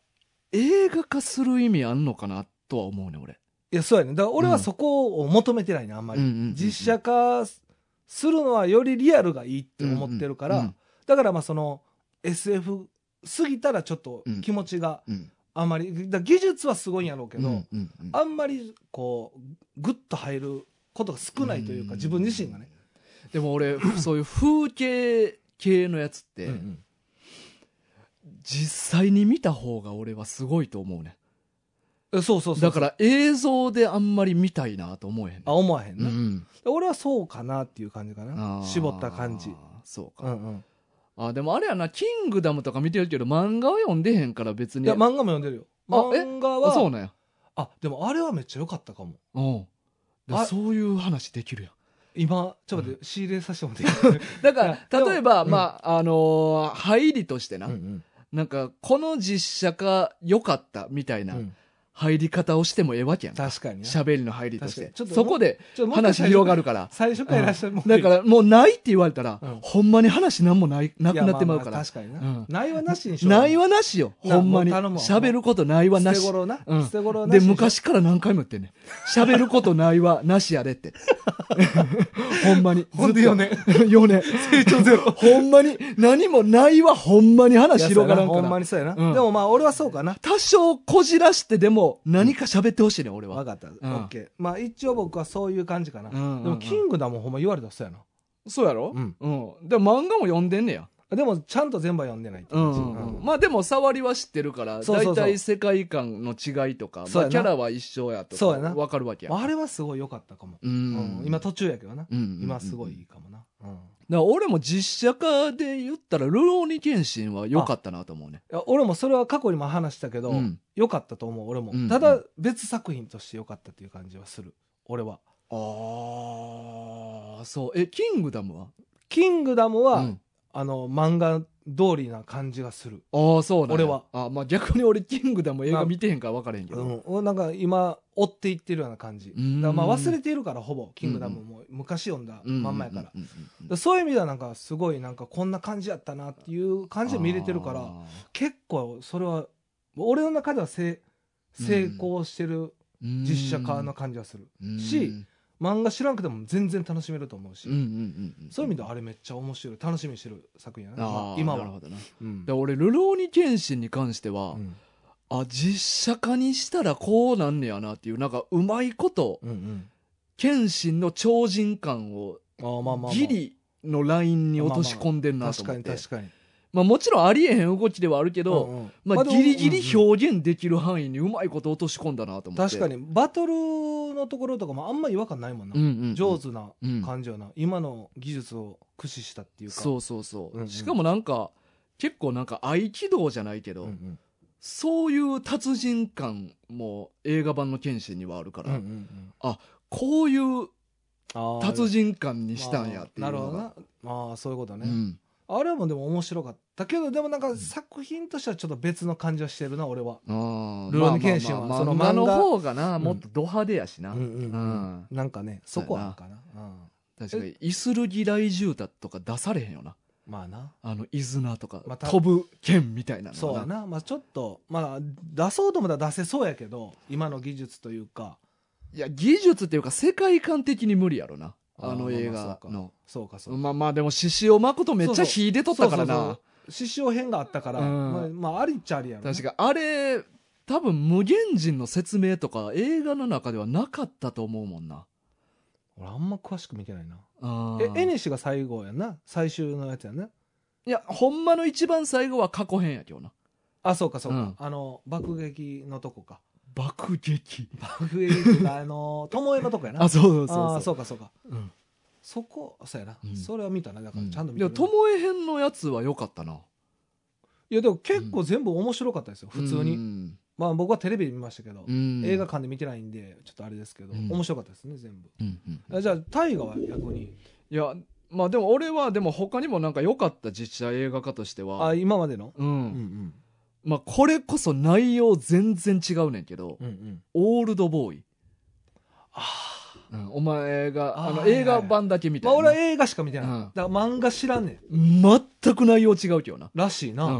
C: 映画化する意味あんのかなとは思うね俺
B: いやそうやねだから俺はそこを求めてないねあんまり、
C: うんうんうんうん
B: 実写化するのはよりリアルがいいって思ってるから、
C: うんうん
B: だからまあその SF 過ぎたらちょっと気持ちが
C: うん
B: あんまり、だから技術はすごいんやろうけど、
C: うんうんうん
B: あんまりこうグッと入ることが少ないというか、
C: うん
B: 自分自身がね、
C: でも俺そういう風景系のやつって、
B: うん
C: 実際に見た方が俺はすごいと思うね
B: えそうそうそう
C: だから映像であんまり見たいなと思えへんね
B: あ思わへんな、
C: うん
B: 俺はそうかなっていう感じか
C: あ
B: な
C: ー
B: 絞った感じ
C: そう
B: う
C: か、
B: んうん
C: あでもあれやな「キングダム」とか見てるけど漫画は読んでへんから別
B: い
C: に
B: や漫画も読んでるよ
C: あえ
B: 漫画
C: あ
B: は
C: そうなんや
B: あでもあれはめっちゃ良かったかも
C: うんで
B: あ
C: そういう話できるやん
B: 今ちょっと待って、仕入れさせてもらっていい
C: だ
B: い
C: か
B: やで
C: ら
B: も
C: 例えば、
B: うん
C: まああのー入りとしてな、
B: ん
C: なんかこの実写化良かったみたいな入り方をしてもええわけやん
B: 確かになちょっ
C: 喋りの入りとして
B: 確かにちょっと
C: そこで
B: ともう
C: 話広がるから
B: 最初からいらっしゃるもん
C: だからもうないって言われたら、
B: うん
C: ほんまに話なんもないないく
B: や
C: なってまうから、
B: ああ確かにな、
C: うん
B: ないはなしにしよう
C: ないはなしよ
B: な
C: ほんまに
B: もう頼むわ
C: 喋ることないはな
B: 捨て
C: し
B: 頃な、
C: うん
B: 捨て頃はな
C: で
B: しにしよう
C: 昔から何回も言ってんねん喋ることないはなしやでって ほんまに
B: ほんで
C: ずっ
B: 4
C: と
B: 年
C: 4年
B: 成長 ゼロ
C: ほんまに何もないはほんまに話
B: いやそう
C: 広
B: や
C: が
B: な
C: らんか
B: ほんま
C: ら
B: にそうやな、
C: うん
B: でもまあ俺はそうかな
C: 多少こじらしてでも何か喋ってほしいねん俺
B: 分
C: は
B: かった、
C: ん
B: オッケーまあ一応僕はそういう感じかな、
C: うんうんうん
B: でもキングダムほんま言われたらそうやな
C: そうやろ
B: うん
C: で漫画も読んでんねや
B: でもちゃんと全部は読んでないって
C: う
B: 感
C: ん
B: じ、
C: うんうんまあでも触りは知ってるから
B: そうそうそ
C: 大
B: う
C: 体世界観の違いとか
B: そ
C: まあ
B: うやな
C: キャラは一緒やとか
B: そうやな
C: わかるわけや
B: あれはすごい良かったかも、
C: う
B: う
C: ん
B: ん今途中やけどな、
C: うんうんうん
B: 今すごいいいかもな、うんい
C: だから俺も実写化で言ったら「ルローニケンシン」は良かったなと思うね
B: や俺もそれは過去にも話したけど、
C: うん
B: 良かったと思う俺も、
C: うんうん
B: ただ別作品として良かったっていう感じはする俺は
C: ああそうえキングダムは
B: キングダムは、
C: うん
B: あの漫画通りな感じがする、
C: ああそうなんや
B: 俺は
C: あまあ逆に俺キングダム映画見てへんから分からへんけど、
B: うん、なんか今追っていってるような感じだ
C: う
B: か
C: ん
B: らまあ忘れているからほぼ「キングダム」も昔読んだ
C: うん
B: まんまやから,、
C: うんうんうんうん
B: そういう意味ではなんかすごいなんかこんな感じやったなっていう感じで見れてるか
C: あ
B: ら結構それは俺の中ではせい成功してる
C: ー
B: 実写化の感じがする、
C: うん
B: し漫画知らんくても全然楽しめると思うし、
C: うんうんうんうん
B: そういう意味ではあれめっちゃ面白い楽しみにしてる作品やな
C: あー
B: 今
C: なる
B: は
C: ほどな
B: うん
C: で俺「ルローニケンシン」に関しては、
B: うん
C: あ実写化にしたらこうなんねやなっていうなんかうまいこと
B: うんうん
C: 謙信の超人感を
B: あーまあまあまあ
C: ギリのラインに落とし込んでんなと
B: 確
C: 思
B: か
C: っ
B: に
C: て
B: 確かに
C: まあもちろんありえへん動きではあるけど、
B: うんうん
C: まあ、
B: でも
C: ギリギリ表現できる範囲にうまいこと落とし込んだなと思って
B: 確かにバトルのところとかもあんま違和感ないもんな、
C: うんうんうん
B: 上手な
C: うん
B: 感じよな、今の技術を駆使したっていうか
C: そうそうそう、
B: うんうん
C: しかもなんか結構なんか合気道じゃないけど、
B: うんうん
C: そういう達人感も映画版の剣心にはあるか
B: うん
C: ら、
B: うんうん
C: こういう
B: あー
C: 達人感にしたんやっていう
B: まあなる
C: の
B: ほど
C: が
B: なああそういうことね、
C: うん
B: あれはもうでも面白かったけどでもなんか作品としてはちょっと別の感じはしてるな俺は、
C: あー
B: ルローニケンシンは
C: まあ
B: その
C: まあまあ漫
B: 漫画
C: 画の方がな
B: うん
C: もっとド派手やしな、
B: うんうんうんなんかねそこはあるかな、うん、
C: 確かにイスルギ雷獣だとか出されへんよな
B: まあな
C: あのイズナとか、
B: また
C: 飛ぶ剣みたいなのが
B: そうやなまあちょっとまあ出そうと思ったら出せそうやけど今の技術というか
C: いや技術っていうか世界観的に無理やろなあの映
B: まあま
C: 画
B: あ
C: の
B: そうかそうかそうか
C: まあまあでも獅子王誠めっちゃ秀でとったから
B: そうそう
C: な
B: そう獅子王編があったから、
C: うん
B: まあ、まあ、ありっちゃありやろな
C: 確かあれ多分無限人の説明とか映画の中ではなかったと思うもんな
B: 俺あんま詳しく見てないな
C: あ
B: え
C: ー
B: エネシが最後やんな最終のやつやんない
C: やほんまの一番最後は過去編やけどな
B: あそうかそうか、
C: うん
B: あの爆撃のとこか
C: 爆撃
B: 爆撃ってい うかあの巴のとこやな
C: あそうそうそ
B: あー
C: うそ
B: そうかそうか
C: ううん
B: そこそうやな、
C: うん
B: それは見たなだからちゃんと
C: い
B: 見て
C: や
B: る、い
C: 巴編のやつは良かったな
B: やでも結構全部面白かったですよ普通に、
C: に
B: まあ僕はテレビで見ましたけど、映画
C: か
B: 館で見てないんでちょっとあれですけど、
C: うん
B: 面白かったですね全部
C: うんうん
B: あじゃあ大河は逆に
C: いやまあでも俺はでも他にもなんか良かった実写映画化としては
B: あ今までの
C: う
B: うんん
C: まあこれこそ内容全然違うねんけど、
B: うんうんうん
C: オールドボーイ
B: ああ
C: うんお前が、あ
B: あ
C: の、
B: ー
C: 映画版だけ見た
B: まあ
C: よ
B: 俺
C: な
B: は映画しか見てない。
C: うん
B: だから漫画知らんねん。
C: 全く内容違うけどな。
B: らしいな。
C: う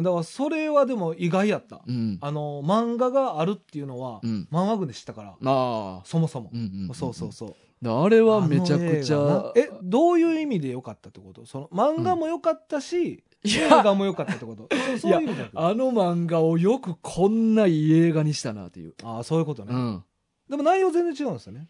C: ん。
B: だからそれはでも意外やった。
C: うん。
B: あの、漫画があるっていうのは、
C: うん。
B: 漫画軍で知ったから、
C: ああ。
B: そもそも
C: う。んん。
B: そうそうそう。
C: うん。あれはめちゃくち
B: あの
C: ゃ。
B: 映画なえ、どういう意味で良かったってことその漫画も良かったし、
C: い
B: 映
C: や、
B: 画も良かったってことそそういう意味だ
C: あの漫画をよくこんないい映画にしたなっていう。
B: ああ、そういうこと
C: う
B: ね。
C: ん。
B: でも内容全然違うんですよね。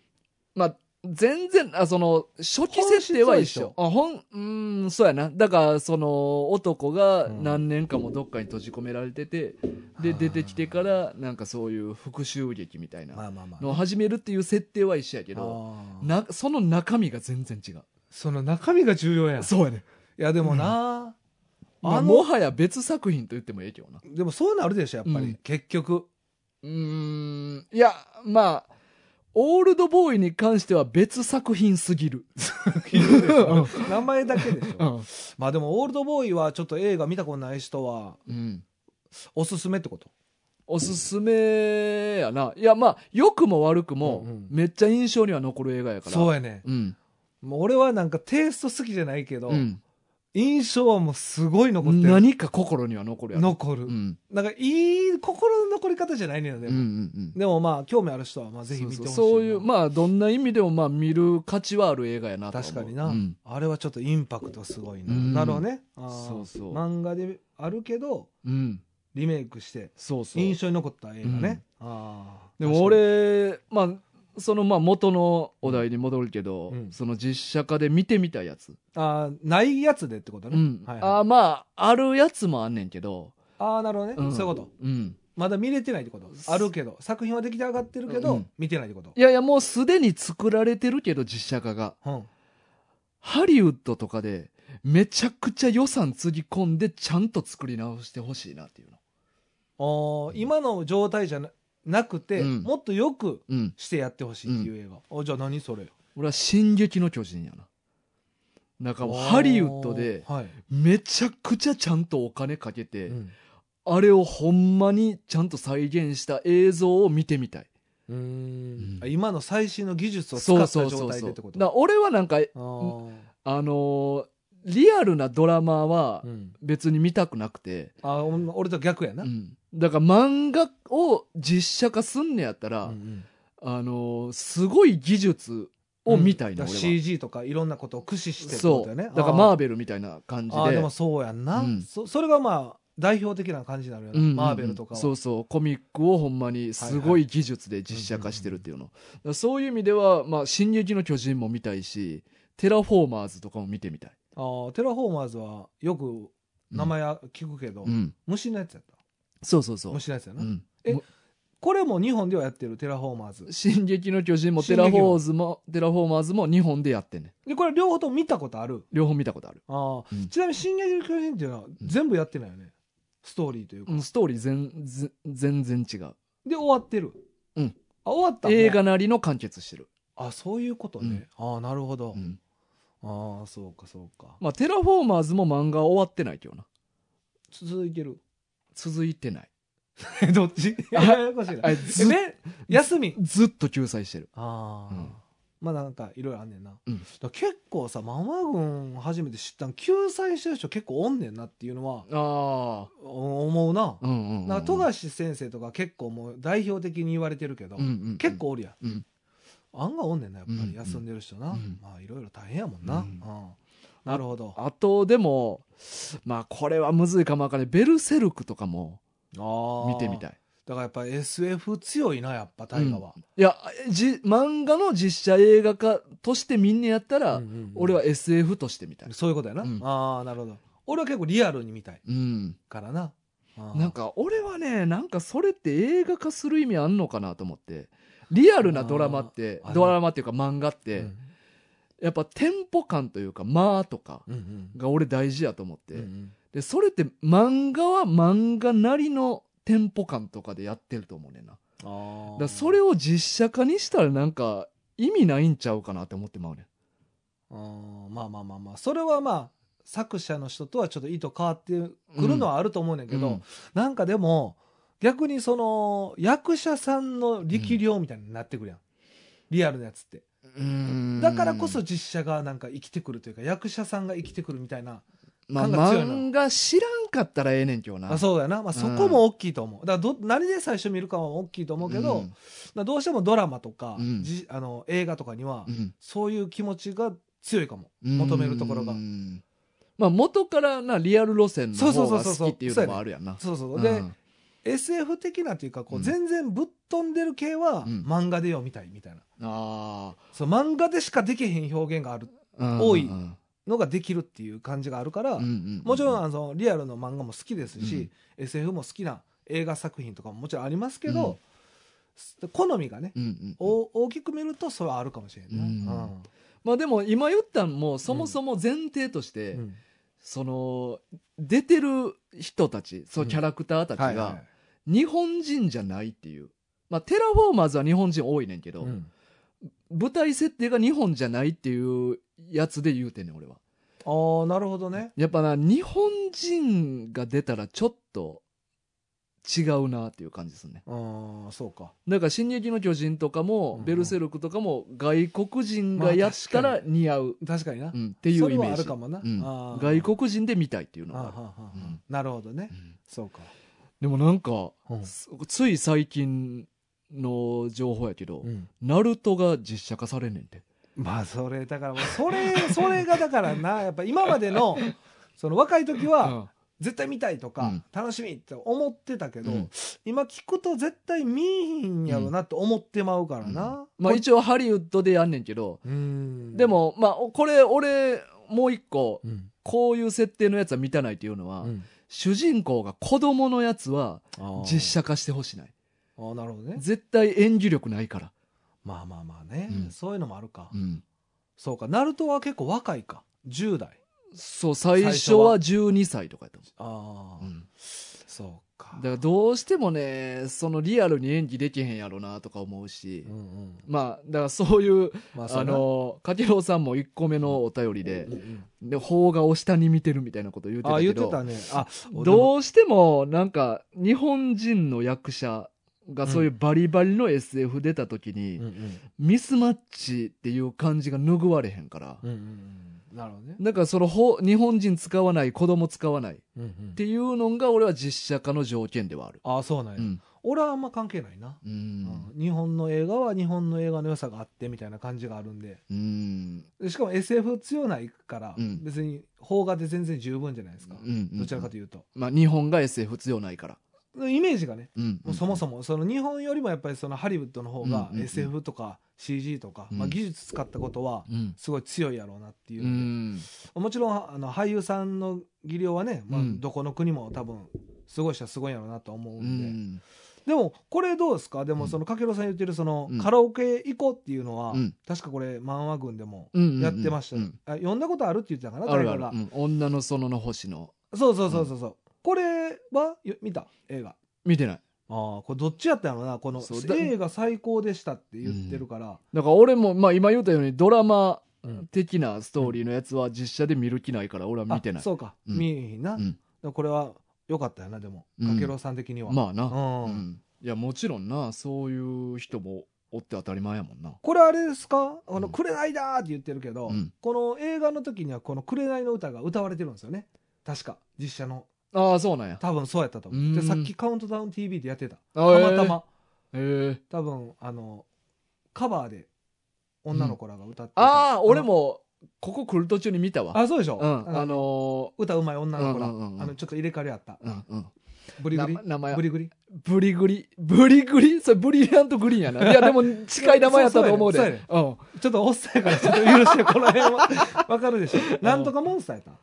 C: まあ、全然、あ、その、初期設定は一緒。あ、本、うーん、そうやな。だから、その、男が
B: うん
C: 何年かもどっかに閉じ込められてて、で、
B: はあ
C: 出てきてから、なんかそういう復讐劇みたい
B: ま
C: な
B: あまあま
C: のを始めるっていう設定は一緒やけど、
B: あ。
C: な、その中身が全然違う。
B: その中身が重要や
C: そうやね。
B: いやでもな、
C: まあ、
B: あの
C: もはや別作品と言ってもええけどな。
B: でもそういうのあるでしょ、やっぱり。
C: うん
B: 結局。
C: うーん、いや、まあ、オールドボーイに関しては別作品すぎる。
B: 名前だけでし
C: う
B: ょ。
C: ん。
B: まあでも、オールドボーイはちょっと映画見たことない人は、
C: うん。
B: おすすめってこと。
C: おすすめやな。いや、まあ、良くも悪くも、
B: うんうん
C: めっちゃ印象には残る映画やから。。
B: そううやね。
C: ん。
B: もう俺はなんかテイスト好きじゃないけど、
C: うん。
B: 印象はもうすごい残ってる。
C: 何か心には残るやろ。
B: 残る、
C: うん。
B: なんかいい心の残り方じゃないねんな
C: う
B: で
C: んうん
B: も、
C: うん。
B: でもまあ興味ある人はま あぜひ見てほしいな
C: そうそうそういう、まあ、どんな意味でも、まあ、見る価値はある映画やなと思う
B: 確かにな、
C: うん。
B: あれはちょっとインパクトすごいな、
C: うん
B: なるほどねあー
C: そうそう
B: 漫画であるけど
C: うん。
B: リメイクして
C: そうそう。
B: 印象に残った映画ね、ああ
C: でも、俺、まあ、その、まあ、元のお題に戻るけど、
B: うん
C: その実写化で見てみたやつ。
B: あーないやつでってこと
C: う
B: ね、
C: ん。
B: はいはい
C: あーまあ、あるやつもあんねんけど、
B: ああなるほどね、
C: うん
B: そういうこと
C: うん。
B: まだ見れてないってことあるけど作品は出来上がってるけど、
C: うん
B: 見てないってこと
C: いやいや、もうすでに作られてるけど、実写化が。
B: うん
C: ハリウッドとかで、めちゃくちゃ予算つぎ込んで、ちゃんと作り直してほしいなっていうの。
B: おー今の状態じゃななくて、
C: うん
B: もっとよく
C: うん。
B: してやってほしいっていう映画、あじゃあ何それ
C: 俺は、進撃の巨人やな。なんか、ハリウッドで、
B: おーはい
C: めちゃくちゃちゃんとお金かけて、
B: うん
C: あれをほんまにちゃんと再現した映像を見てみたい。
B: うん
C: うん
B: 今の最新の技術を使
C: そう
B: った
C: そうそ
B: 状
C: う
B: 態
C: そ
B: でっ
C: う。
B: てこと
C: だから俺はなんか、
B: あー
C: あのーリアルなドラマは
B: うん
C: 別に見たくなくて、
B: あー俺俺と逆やな、
C: うん、だから漫画を実写化すんねやったら、
B: うん
C: あのーすごい技術を見たいな、
B: だから
C: 俺は
B: CG とかいろんなことを駆使してってこ
C: そ
B: と
C: う
B: よね
C: だからマー
B: ベ
C: ベルみたいな感じ
B: あーで
C: で
B: もそうやんな、
C: うん
B: そそれがまあ代表的な感じになるよ
C: う
B: な、
C: んうんうん
B: マーベルとかは
C: そうそうコミックをほんまにすごい技術で実写化してるっていうの、だからそういう意味では「まあ、進撃の巨人」も見たいし「テラフォーマーズ」とかも見てみたい、
B: あーテラフォーマーズはよく名前は聞くけど、
C: うん、
B: 虫のやつやった
C: そうそうそう、
B: 虫のやつやな、
C: うん、
B: えこれも日本ではやってるテラフォーマーズ
C: 進撃の巨人もテ
B: 進
C: ラ
B: 撃
C: フ
B: も
C: ォーズも、テラフォーマーズも日本でやってんねん。
B: でこれ両方とも見たことある
C: 両方見たことある。
B: あー、
C: うん
B: ちなみに「進撃の巨人」っていうのは全部やってないよね、ストーリーというか、
C: うん、ストーリー全然、全然違う。
B: で終わってる
C: うん
B: あ終わった
C: 映
B: も
C: 画なりの完結してる。
B: うあそういうことね、ああなるほど、
C: うん。
B: ああそうかそうか
C: まあ、テラフォーマーズも漫画終わってないけどな。
B: 続いてる
C: 続いてない。
B: どっちややこしいな
C: あ
B: え
C: ず
B: ね休み
C: ずっと救済してる。
B: ああ、
C: うん
B: まあなんかいろいろあんねんな、
C: うん
B: だから結構さママ軍初めて知ったん救済してる人結構おんねんなっていうのは
C: あ
B: お思うな、
C: あ。うんうん、うん。
B: なんか富樫先生とか結構もう代表的に言われてるけど、
C: うんうんうん
B: 結構おるやん、
C: うん
B: 案がおんねんなやっぱ
C: うんうん
B: り休んでる人な、
C: うん
B: まあいろいろ大変やもんな、
C: う
B: うんんなるほどあ
C: あと、でも、まあ、これはむずいかもわかんない。ベルセルクとかも
B: あ
C: 見てみ
B: い
C: たい。
B: だからやっぱ SF 強いなやっぱ大河は、
C: いや、じ、漫画の実写映画化として見んねやったら、
B: うんうんうん
C: 俺は SF として見たい。
B: そういうことやな、
C: うん
B: ああなるほど俺は結構リアルに見たい
C: うん。
B: からなあー
C: なんか俺はねなんかそれって映画化する意味あんのかなと思ってリアルなドラマって
B: あーある
C: ドラマっていうか漫画っ
B: う
C: て、
B: ん
C: やっぱテンポ感というか間とか
B: うんうん
C: が俺大事やと思って、
B: うんうん
C: でそれって漫画は漫画なりのテンポ感とかでやってると思うねんなだか
B: あー
C: らそれを実写化にしたらなんか意味ないんちゃうかなって思ってまうねん
B: あーまあまあまあまあそれはまあ作者の人とはちょっと意図変わってくるのはあると思うねんけど、
C: うん
B: なんかでも逆にその役者さんの力量みたいになってくるやん、リアルなやつって
C: うん
B: だからこそ実写がなんか生きてくるというか役者さんが生きてくるみたいな
C: まあ、
B: 感が強いな
C: 漫画知らんかったらええねんけどな
B: あそうだよな、まあ、そこも大きいと思う、だからど何で最初見るかは大きいと思うけど、
C: う
B: だ
C: ん
B: からどうしてもドラマとか、
C: うん
B: じあの映画とかには、
C: うん
B: そういう気持ちが強いかも求めるところ
C: う
B: が
C: んまあ元からなリアル路線の方
B: そうそう
C: が
B: そうそう
C: 好きっていうのもあるやんな
B: そうそう
C: うん
B: で、SF 的なというかこ
C: う
B: うん全然ぶっ飛んでる系は、
C: うん
B: 漫画で読みたいみたいな
C: あ
B: そう漫画でしかできへん表現がある
C: あ
B: 多い
C: うん
B: のができるっていう感じがあるから、
C: うんうん
B: もちろんあのリアルの漫画も好きですし、SF も好きな映画作品とかももちろんありますけど、好みがね、
C: うんうん
B: お大きく見るとそれはあるかもしれない、ね
C: うんまあでも今言ったんもそもそも前提として、
B: うんうん
C: その出てる人たちそうの
B: ん
C: キャラクターたち
B: はいは
C: が日本人じゃないっていう、まあ、テラフォーマーズは日本人多いねんけ
B: い
C: ど、
B: うん
C: 舞台設定が日本じゃないっていうやつで言うてんねん俺は
B: あーなるほどね
C: やっぱな日本人が出たらちょっと違うなっていう感じですね
B: うんそうか
C: だから「進撃の巨人」とかも
B: うんう
C: 「
B: ん
C: ベルセルク」とかも外国人がやった
B: まあ
C: ら似合う、
B: 確かにな、
C: うんっていうイメージ
B: それはあるかもな、
C: うん
B: あー
C: 外国人で見たいっていうの
B: あー
C: があ
B: は
C: る
B: ーはーはー
C: うん
B: なるほどね、
C: うん
B: そうか、
C: でもなんか
B: うん
C: すつい最近の情報やけど、
B: うん
C: ナルトが実写化されんねんて
B: まあそれだからもうそれ それがだからなやっぱ今ま でのその若い時は絶対見たいとか、
C: うん
B: 楽しみって思ってたけど、
C: うん
B: 今聞くと絶対見えへんやろなと思ってまうからな、
C: まあ、
B: こ
C: 一応ハリウッドでやんねんけど、
B: うん
C: で、もまあこれ俺もう一個
B: うん
C: こういう設定のやつは見たないっていうのは、
B: うん
C: 主人公が子供のやつは実
B: 実写
C: 写化してほしない
B: あーなるほどね
C: 絶対演技力ないから、
B: まあまあまあね、
C: うん
B: そういうのもあるか、
C: うん
B: そうかナルトは結構若いか10代
C: そう最初は12歳とかやと思
B: ああ、
C: う、うん
B: そうか
C: だからどうしてもねそのリアルに演技できへんやろなとか思うし、
B: うんうん、
C: まあだからそういう
B: まあそ
C: あ
B: うの
C: の柿郎さんも1個目のお便りで
B: うんうん
C: で邦画を下に見てるみたいなこと言うて
B: あ
C: た
B: あ
C: け
B: 言って
C: ど
B: たねあ
C: どうしてもなんか日本人の役者がそういうバリバリの SF 出た時に、
B: ううんうん
C: ミスマッチっていう感じが拭われへんから、
B: うんうんうんなるほどね。
C: だからそのほ日本人使わない子供使わないっ
B: うんうん
C: ていうのが俺は実写化の条件ではある、
B: ああそうなんや、
C: うん
B: 俺はあんま関係ないな、
C: う
B: うん
C: ん
B: 日本の映画は日本の映画の良さがあってみたいな感じがあるんで
C: うん
B: でしかも SF 強ないから、
C: うん
B: 別に邦画で全然十分じゃないですか、
C: うん
B: どちらかと
C: いう
B: いうと、
C: まあ日本が SF 強ないから、
B: イメージがね
C: うん
B: もうそもそもその日本よりもやっぱりそのハリウッドの方が
C: うんうんうん
B: SF とか CG とか、
C: うん
B: まあ、技術使ったことは
C: うん
B: すごい強いやろうなっていううので、
C: ん
B: もちろんあの俳優さんの技量はね、まあ
C: う、ん
B: どこの国も多分すごい人はすごいんやろうなとは思う
C: うん
B: で、
C: ん
B: でもこれどうですかでも
C: うん
B: そのかけろさん言ってるその
C: うん
B: カラオケ行こうっていうのは、
C: うん
B: 確かこれ漫画軍でも
C: うん
B: やってました、
C: う
B: ね
C: ん
B: あ読んだことあるって言ってたかな
C: あ
B: 誰
C: るあ
B: か
C: る
B: が、、
C: うん女の園の星の
B: そうそうそうそうそうこれはよ見た映画
C: 見てない
B: ああこれどっちやったのかなこの
C: そうだ
B: 映画最高でしたって言ってるから、
C: だから俺も、まあ、今言ったようにドラマ
B: うん
C: 的なストーリーのやつは実写で見る気ないから俺は見てな
B: あ
C: い
B: そうか、
C: うん
B: 見えへんな、
C: う
B: だか
C: ん、
B: らこれは良かったよなでも
C: うん
B: かけろさん的には、
C: まあな、
B: うん
C: うんいやもちろんなそういう人もおって当たり前やもんな
B: これあれですか「あの
C: うん
B: 紅だ!」って言ってるけど、
C: うん
B: この映画の時にはこの「紅の歌」が歌われてるんですよね確か実写の
C: ああそうなんや
B: 多分そうやったと思う
C: う
B: で
C: ん
B: さっき「カウントダウン t v でやってた
C: た
B: たまたま
C: えーえー
B: 多分あのカバーで女の子らが歌ってた、
C: ああ
B: の
C: 俺もここ来る途中に見たわ
B: あそうでしょ、
C: うん
B: あ
C: あ
B: の
C: の
B: 歌うまい女の子ら、
C: うんうんうんうん
B: あのちょっと入れ替わりあった
C: ーうんうん
B: ブリグリ
C: な名前は
B: ブリグリ
C: ブリグリブリグリそれブリリアントグリーンや ないやでも近い名前やったと思うで
B: そうやね
C: ううん
B: ちょっとおっさんやからちょっと許してこの辺 はわかるでしょなんとかモンスターやっ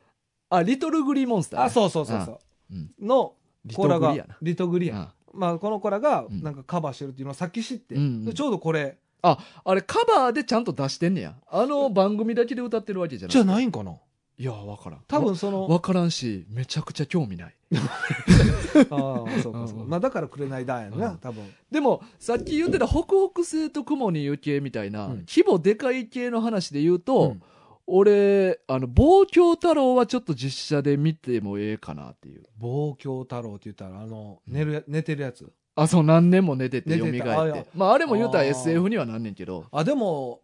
C: あリトルグリーモンスター
B: た
C: ね
B: あそうそうそうそう、
C: うん
B: の
C: リ
B: コ
C: ト
B: ラ
C: ルグ
B: が
C: リやな
B: リトグリや
C: うん
B: まあ、この子らが
C: うん
B: なんかカバーしてるっていうのをさっき知って、
C: うんうん
B: でちょうどこれ
C: あれカバーでちゃんと出してんねや。あの番組だけで歌ってるわけじゃない。
B: ないんかない
C: や、わからん。
B: 多分その
C: わ。わからんし、めちゃくちゃ興味ない。
B: あ あそうかそ
C: う
B: う
C: ん
B: か
C: うん
B: まあだから「くれないだ」やん
C: う
B: なん多分
C: でも、さっき言ってた北北西と雲に行けみたいな、
B: うん
C: 規模でかい系の話で言うと、
B: うん
C: 俺、あの、望郷太郎はちょっと実写で見てもええかなっていう。
B: 「望郷太郎」って言ったらあの寝るや寝てるやつ
C: あそう何年も寝てて
B: 寝
C: 蘇って
B: てたあいや
C: まああれも言うたら
B: あー
C: SF にはなんねんけど
B: あでも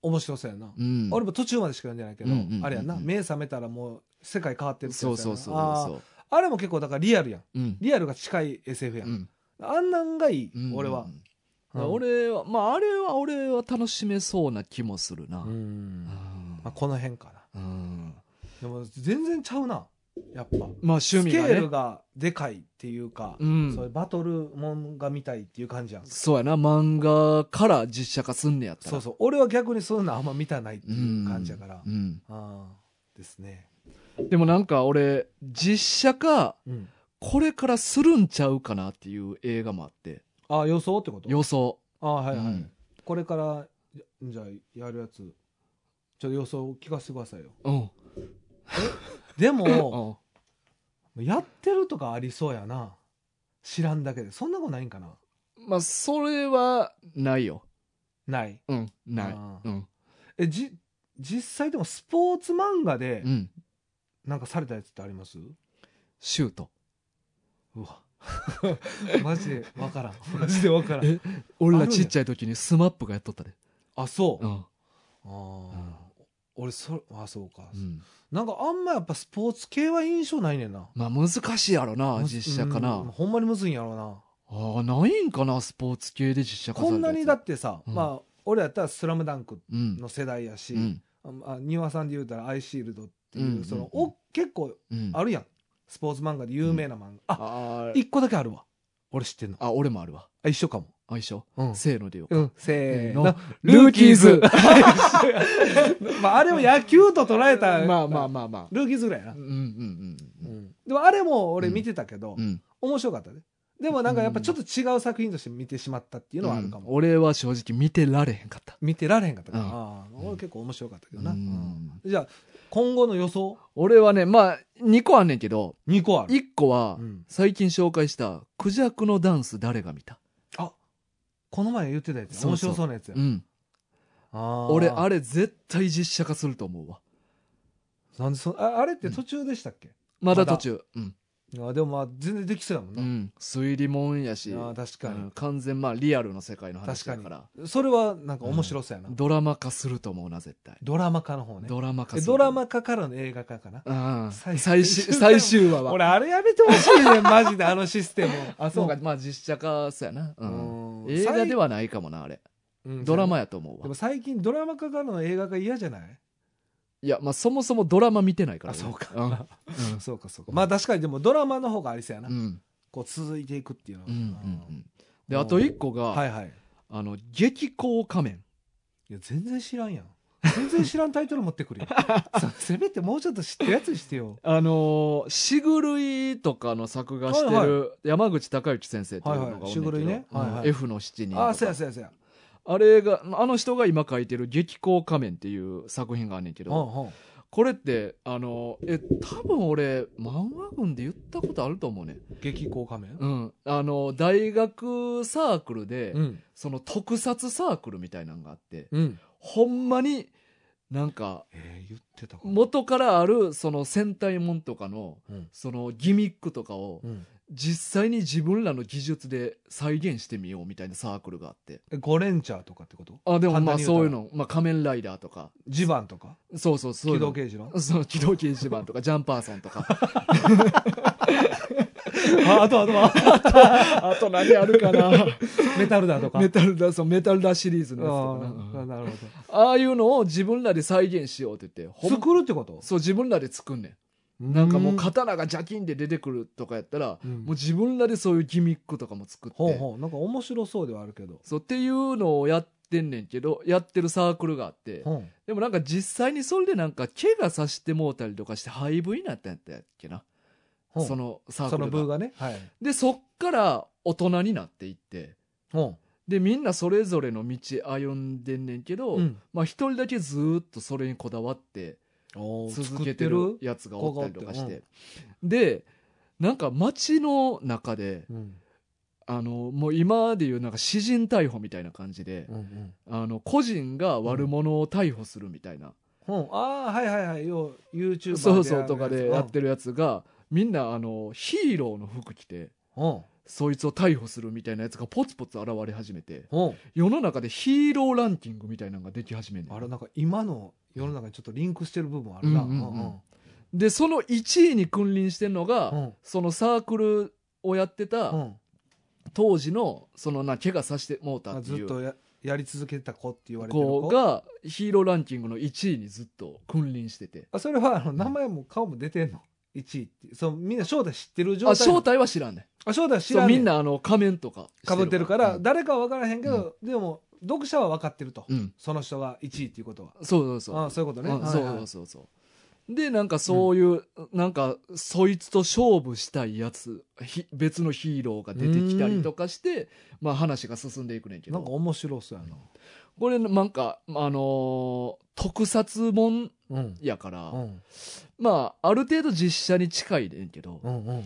B: 面白そうやな、
C: うん
B: 俺も途中までしか読んでないけど、
C: うんうんうんうん
B: あれやな目覚めたらもう世界変わってるって
C: そ
B: や
C: う
B: つや
C: そ
B: な
C: うそう
B: あー
C: そ
B: あれも結構だからリアルやん
C: ううん
B: リアルが近い SF やん、
C: うん
B: あんなんがいい、
C: うん
B: 俺は
C: うん、だから俺はまああれは俺は楽しめそうな気もするな
B: う
C: うん
B: んまあ、この辺かな
C: うん
B: でも全然ちゃうなやっぱ
C: まあ趣
B: ス
C: 味
B: ケ
C: が
B: ール
C: ね
B: がでかいっていうか、
C: うん
B: そういうバトルもんが見たいっていう感じやん
C: そうやな漫画から実写化すんねやったら
B: そうそう俺は逆にそういうのあんま見たないっていう感じやから、
C: うんうん
B: ああですね
C: でもなんか俺実写化
B: うん
C: これからするんちゃうかなっていう映画もあって
B: ああ予想ってこと
C: 予想
B: ああはいはい、
C: うん
B: これからじゃじゃあやるやつちょっと予想聞かせてくださいよ
C: うん
B: でも
C: うん
B: やってるとかありそうやな知らんだけでそんなことないんかな
C: まあそれはないよ
B: ない
C: うんない
B: あー
C: うん
B: えじ実際でもスポーツ漫画で
C: うん
B: なんかされたやつってあります、
C: シュート
B: うわ マジで分 からんマジで分からん
C: え俺らちっちゃい時にスマップがやっとったで
B: あそう、
C: う
B: あ
C: ん
B: あ俺そあそうか、
C: うん
B: なんかあんまやっぱスポーツ系は印象ないねんな
C: まあ難しいやろな
B: むず
C: 実写かな
B: うんほんまにむずいんやろうな
C: ああないんかなスポーツ系で実写化さ
B: こ
C: れ
B: んなにだっててさ、
C: うん
B: まあ俺やったら「スラムダンク
C: うん
B: の世代やし、
C: うん
B: あ丹羽さんで言うたら「アイシールド」っていう、
C: うんうんうん
B: そのお結構
C: うん
B: あるやんスポーツ漫画で有名な漫画、あ
C: あー
B: 一個だけあるわ俺知ってんの
C: あ俺もあるわ
B: あ一緒かも
C: あ一緒
B: うん、
C: せーのでよ
B: うん、
C: せー
B: せーの
C: のルーキーズ
B: まああれも野球と捉え た
C: まあまあまあまあ
B: ルーキーズぐらいやな、
C: うんうんう
B: うんんでもあれも俺見てたけど、
C: うんうん
B: 面白かったねでもなんかやっぱちょっと違う作品として見てしまったっていうのはあるかも、
C: うん俺は正直見てられへんかった
B: 見てられへんかったから、
C: うん
B: ああ俺結構面白かったけどな、
C: うん
B: うんじゃあ今後の予想
C: 俺はねまあ2個あんねんけど
B: 2個ある
C: 1個は
B: うん
C: 最近紹介した「クジャクのダンス誰が見た?
B: あこの前言ってたやつや
C: そう
B: 面
C: そう
B: 白そうなやつ」や、
C: うん
B: ああ
C: 俺あれ絶対実写化すると思うわ
B: なんでそああれって途中でしたっけ、
C: まだ途中うん
B: あでもまあ全然できそうやもん
C: う
B: な、
C: ん推理もんやし
B: ああ確かに、
C: うん完全まあリアルの世界の話だ
B: 確
C: から
B: かにそれはなんか面白そうやな、
C: ドラマ化すると思うな絶対
B: ドラマ化の方ね
C: ドラマ化
B: え
C: する
B: ドラマ化からの映画化かな
C: うん
B: 最
C: 最終最終話は
B: 俺あれやめてほしいねんマジであのシステム
C: あそうかまあ実写化そうやなう
B: うんん
C: 映画ではないかもなあれドラマやと思
B: で
C: うわ
B: も最近ドラマ化からの映画が嫌じゃない
C: いやまあそもそもドラマ見てないから
B: あそうか
C: ん
B: そうかそうかまあ確かにでもドラマの方がありそうやな、
C: うんうん
B: こう続いていくっていうのは、
C: うんうんう
B: うん
C: んであと一個
B: は
C: が
B: いはい
C: あの激高仮面
B: いや全然知らんやん全然知らんタイトル持ってくるよ させめてもうちょっと知ってるやつにしてよ
C: あのーしぐるいとかの作画して
B: はい
C: る山口孝之先生っていうのがおんねんけど
B: はいはいしぐるいね
C: うん
B: はいはい
C: F の7人
B: ああ
C: と
B: そうや
C: か
B: そうやそうや
C: あれがあの人が今書いてる「激高仮面」っていう作品があんねんけ
B: うん
C: ど
B: うん
C: これってあのえ多分俺漫画群で言ったことあると思うね
B: 激高仮面
C: うん、あの大学サークルで、
B: うん
C: その特撮サークルみたいなのがあって
B: うん
C: ほんまになんか
B: えー言ってたかな
C: 元からあるその戦隊もんとかの
B: うん
C: そのギミックとかを
B: うん
C: 実際に自分らの技術で再現してみようみたいなサークルがあって
B: えゴレンチャーとかってこと
C: あでもまあ
B: 簡単に言う
C: そ
B: たら
C: ういうの、まあ、仮面ライダーとか
B: ジバンとか
C: そうそうそうい
B: 機
C: うの
B: 動刑事の
C: そう機動掲示板とかジャンパーソンとか
B: ああとあと あと
C: あと何あるかな
B: メタルだと か
C: メタルダそうメタルダシリーズのやつとかな
B: ああなるほ
C: ああいうのを自分らで再現しようって言って、ほ
B: ど
C: ん
B: 作るってこと
C: そう自分らで作んねん。なんかもう刀がジャキンで出てくるとかやったら、
B: うん
C: もう自分らでそういうギミックとかも作って、
B: ほうほうなんか面白そうではあるけど
C: そうっていうのをやってんねんけど、やってるサークルがあって、
B: ほん
C: でもなんか実際にそれでなんか怪我さしてもうたりとかして廃部になったんやったっけな。
B: ほん
C: そのサー
B: そ
C: ク
B: の
C: ル
B: 部
C: が。
B: がねはい
C: で、そっから大人になっていって、
B: ほ
C: で、みんなそれぞれの道歩んでんねんけど、
B: うん
C: まあ一人だけずーっとそれにこだわって、
B: おー
C: 続けてるやつがおったりとかし
B: 作ってて、
C: でなんか街の中で
B: うん
C: あのもう今でいうなんか詩人逮捕みたいな感じで
B: うん、うん
C: あの個人が悪者を逮捕するみたいな、
B: ほんああはいはいはいよう YouTuber で
C: そうそうとかでやっ
B: る
C: てるやつが、みんなあのヒーローの服着て
B: ほ
C: そいつを逮捕するみたいなやつがポツポツ現れ始めて
B: おう
C: 世の中でヒーローランキングみたいなのができ始めんねん
B: あれなんか今の世の中にちょっとリンクしてる部分あるな
C: う
B: うんん
C: う
B: うん
C: うん
B: ん
C: でその1位に君臨してんのが、
B: うん
C: そのサークルをやってた、
B: うん
C: 当時のそのな怪我させてもうたっ
B: あ
C: て
B: ず
C: い
B: っ
C: う
B: とややり続けてた子って言われてる
C: 子
B: 子
C: がヒーローランキングの1位にずっと君臨してて
B: あそれはあの名前も顔も出てんの1位ってそうみんな正体知ってる状態
C: あ正体は知らんねん
B: あ正体知
C: そ
B: ら
C: うん
B: ね
C: みんなあの仮面とか
B: かぶってるから、
C: うん
B: 誰かは分からへんけど、でも読者は分かってると、
C: うん
B: その人が1位っていうことは
C: そうそうそう
B: あそういうことね、
C: うん
B: はい
C: そう
B: はい
C: そうそうそうでなんかそういう、なんかそいつと勝負したいやつひ別のヒーローが出てきたりとかして、まあ、話が進んでいくねんけ
B: なんか
C: ど
B: 面白そうや
C: これなんかあのー特撮もん
B: なうん
C: やから、
B: うん
C: まあある程度実写に近いねんけど、
B: うんうん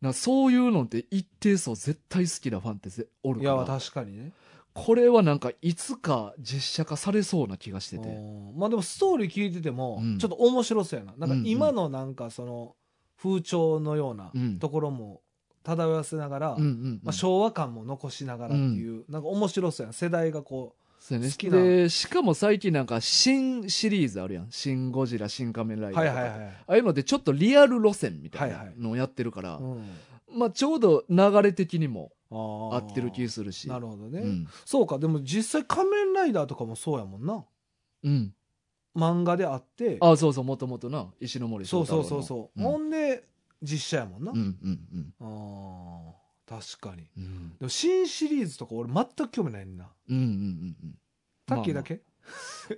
C: なんかそういうのって一定層絶対好きなファンってぜおる
B: い
C: か
B: や
C: ら
B: 確かにね
C: これはなんかいつか実写化されそうな気がしてて
B: うんまあでもストーリー聞いてても
C: うん
B: ちょっと面白そうやな,、
C: う
B: なんん
C: うん
B: か今のなんかその風潮のような
C: うん
B: ところも漂わせながら、
C: うんうんうん
B: まあ、昭和感も残しながらっていう、なんか面白そうやな世代がこ
C: そうやね
B: 好きな
C: でしかも最近なんか新シリーズあるやん「新ゴジラ」「新仮面ラ
B: う
C: イダ
B: は
C: ーと
B: い
C: か」
B: はいは
C: あ
B: い、
C: あいうのでちょっとリアル路線みたい
B: はい
C: な
B: はい
C: のをやってるから、
B: うん、
C: まあ、ちょうど流れ的にも
B: 合
C: 合ってる気するし
B: なるほどね、
C: うん
B: そうかでも実際仮面ライダーとかもそうやもんな
C: うん
B: 漫画であって
C: あそうそうもともとな石ノ森
B: そうそうそう
C: う
B: そう、
C: ん
B: ほんで実写やもんな、
C: うんうんうん
B: あー確かに
C: うん
B: でも新シリーズとか俺全く興味ないねんな
C: うんうんうんうん
B: タッキーだけ、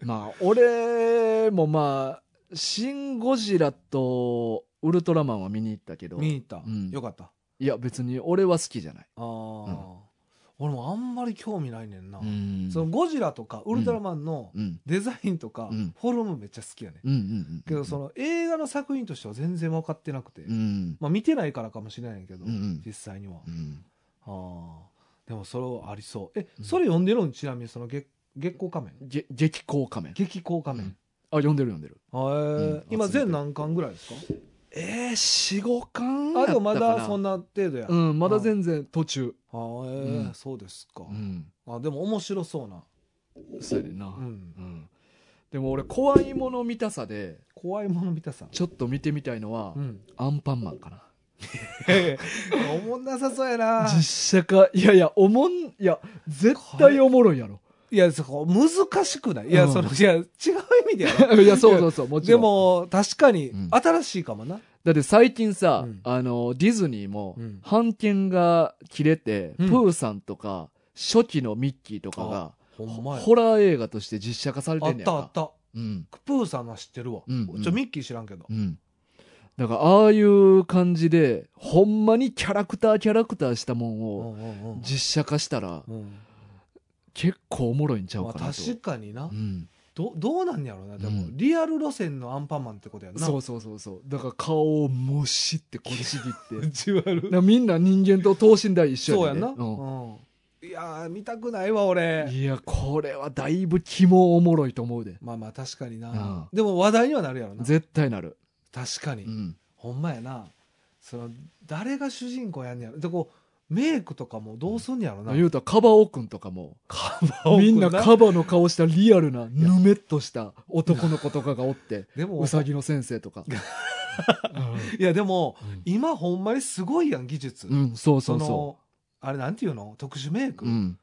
C: まあ、俺もまあ、シン・ゴジラとウルトラマンは見に行ったけど、
B: 見に行った、
C: うん
B: よかったあ
C: いや別に俺は好きじゃない。
B: あー、俺もあんまり興味ないねんな、
C: うん
B: そのゴジラとかウルトラマンの
C: うん。
B: デザインとか、
C: うん
B: フォルムめっちゃ好きやね、
C: うんうんうん。
B: けどそ
C: の、
B: の映画の作品としては全然分かってなくて、
C: うん。
B: まあ見てないからかもしれないけど、
C: うんうん
B: 実際には、
C: うん
B: ああでもそれはありそうえ、
C: うん
B: それ読んでるのちなみにその月月光仮面
C: げ激高仮面。
B: 激光仮面、
C: あ、読んでる読んでる。
B: へえ
C: うん
B: 今全何巻ぐらいですか
C: えー、四五巻
B: あでもまだそん
C: な。
B: な程度や、
C: う
B: あ
C: ん、まだ全然途中。
B: あへえ
C: うん
B: そうですか、
C: うん。
B: あでも面白そうな、
C: そうやねんな。
B: う、
C: うんん。でも俺、怖いもの見たさで、
B: 怖いもの見たさ
C: ちょっと見てみたいのは
B: う、ん
C: アンパンマンかな。
B: おもんなさそうやな
C: 実写化いやいやおもんいや絶対おもろいやろ
B: いやそこ難しくないいや、
C: うん
B: そのいや違う意味でやろ
C: いやそうそうそうもち
B: で
C: ろん
B: も確かに
C: うん
B: 新しいかもな、
C: だって最近さ、
B: うん
C: あのディズニーも
B: うん
C: 版権が切れて、
B: うん
C: プーさんとか初期のミッキーとかが、
B: ほんまや
C: ホラー映画として実写化され
B: あ
C: て
B: っ
C: んねやん
B: た
C: か
B: あった
C: うん
B: クプーさんは知ってるわ、
C: うんうん
B: ちょミッキー知らんけど、
C: うんだからああいう感じでほんまにキャラクターキャラクターしたもんを
B: うん
C: 実写化したら結構おもろいんちゃう
B: まあ、
C: かなと、
B: 確かにな、
C: うん、
B: どどうなんやろうなでも、
C: うん
B: リアル路線のアンパンマンってことやんな
C: そうそうそうそうだから顔をむしってこちぎ って
B: じわ
C: だ
B: る
C: からみんな人間と等身大一緒
B: そう
C: や
B: や
C: ね
B: な、
C: んねうん
B: うんいやー見たくないわ俺
C: いやこれはだいぶ肝おもろいと思うで
B: まあまあ確かにな、
C: うん
B: でも話題にはなるやろな
C: 絶対なる、
B: 確かに、
C: うん、
B: ほんまやなその誰が主人公やんねやろでこうメイクとかもどうすんねやろな、
C: 言うたらカバオくんとかも
B: カバオく
C: みんな
B: な
C: カバの顔したリアルなぬめっとした男の子とかがおって
B: でも
C: うさぎの先生とか、
B: いやでも
C: うん
B: 今ほんまにすごいやん技 術、
C: うんうんそうそ
B: そう
C: そ
B: のあれなんていうの特殊メイク、
C: う、うん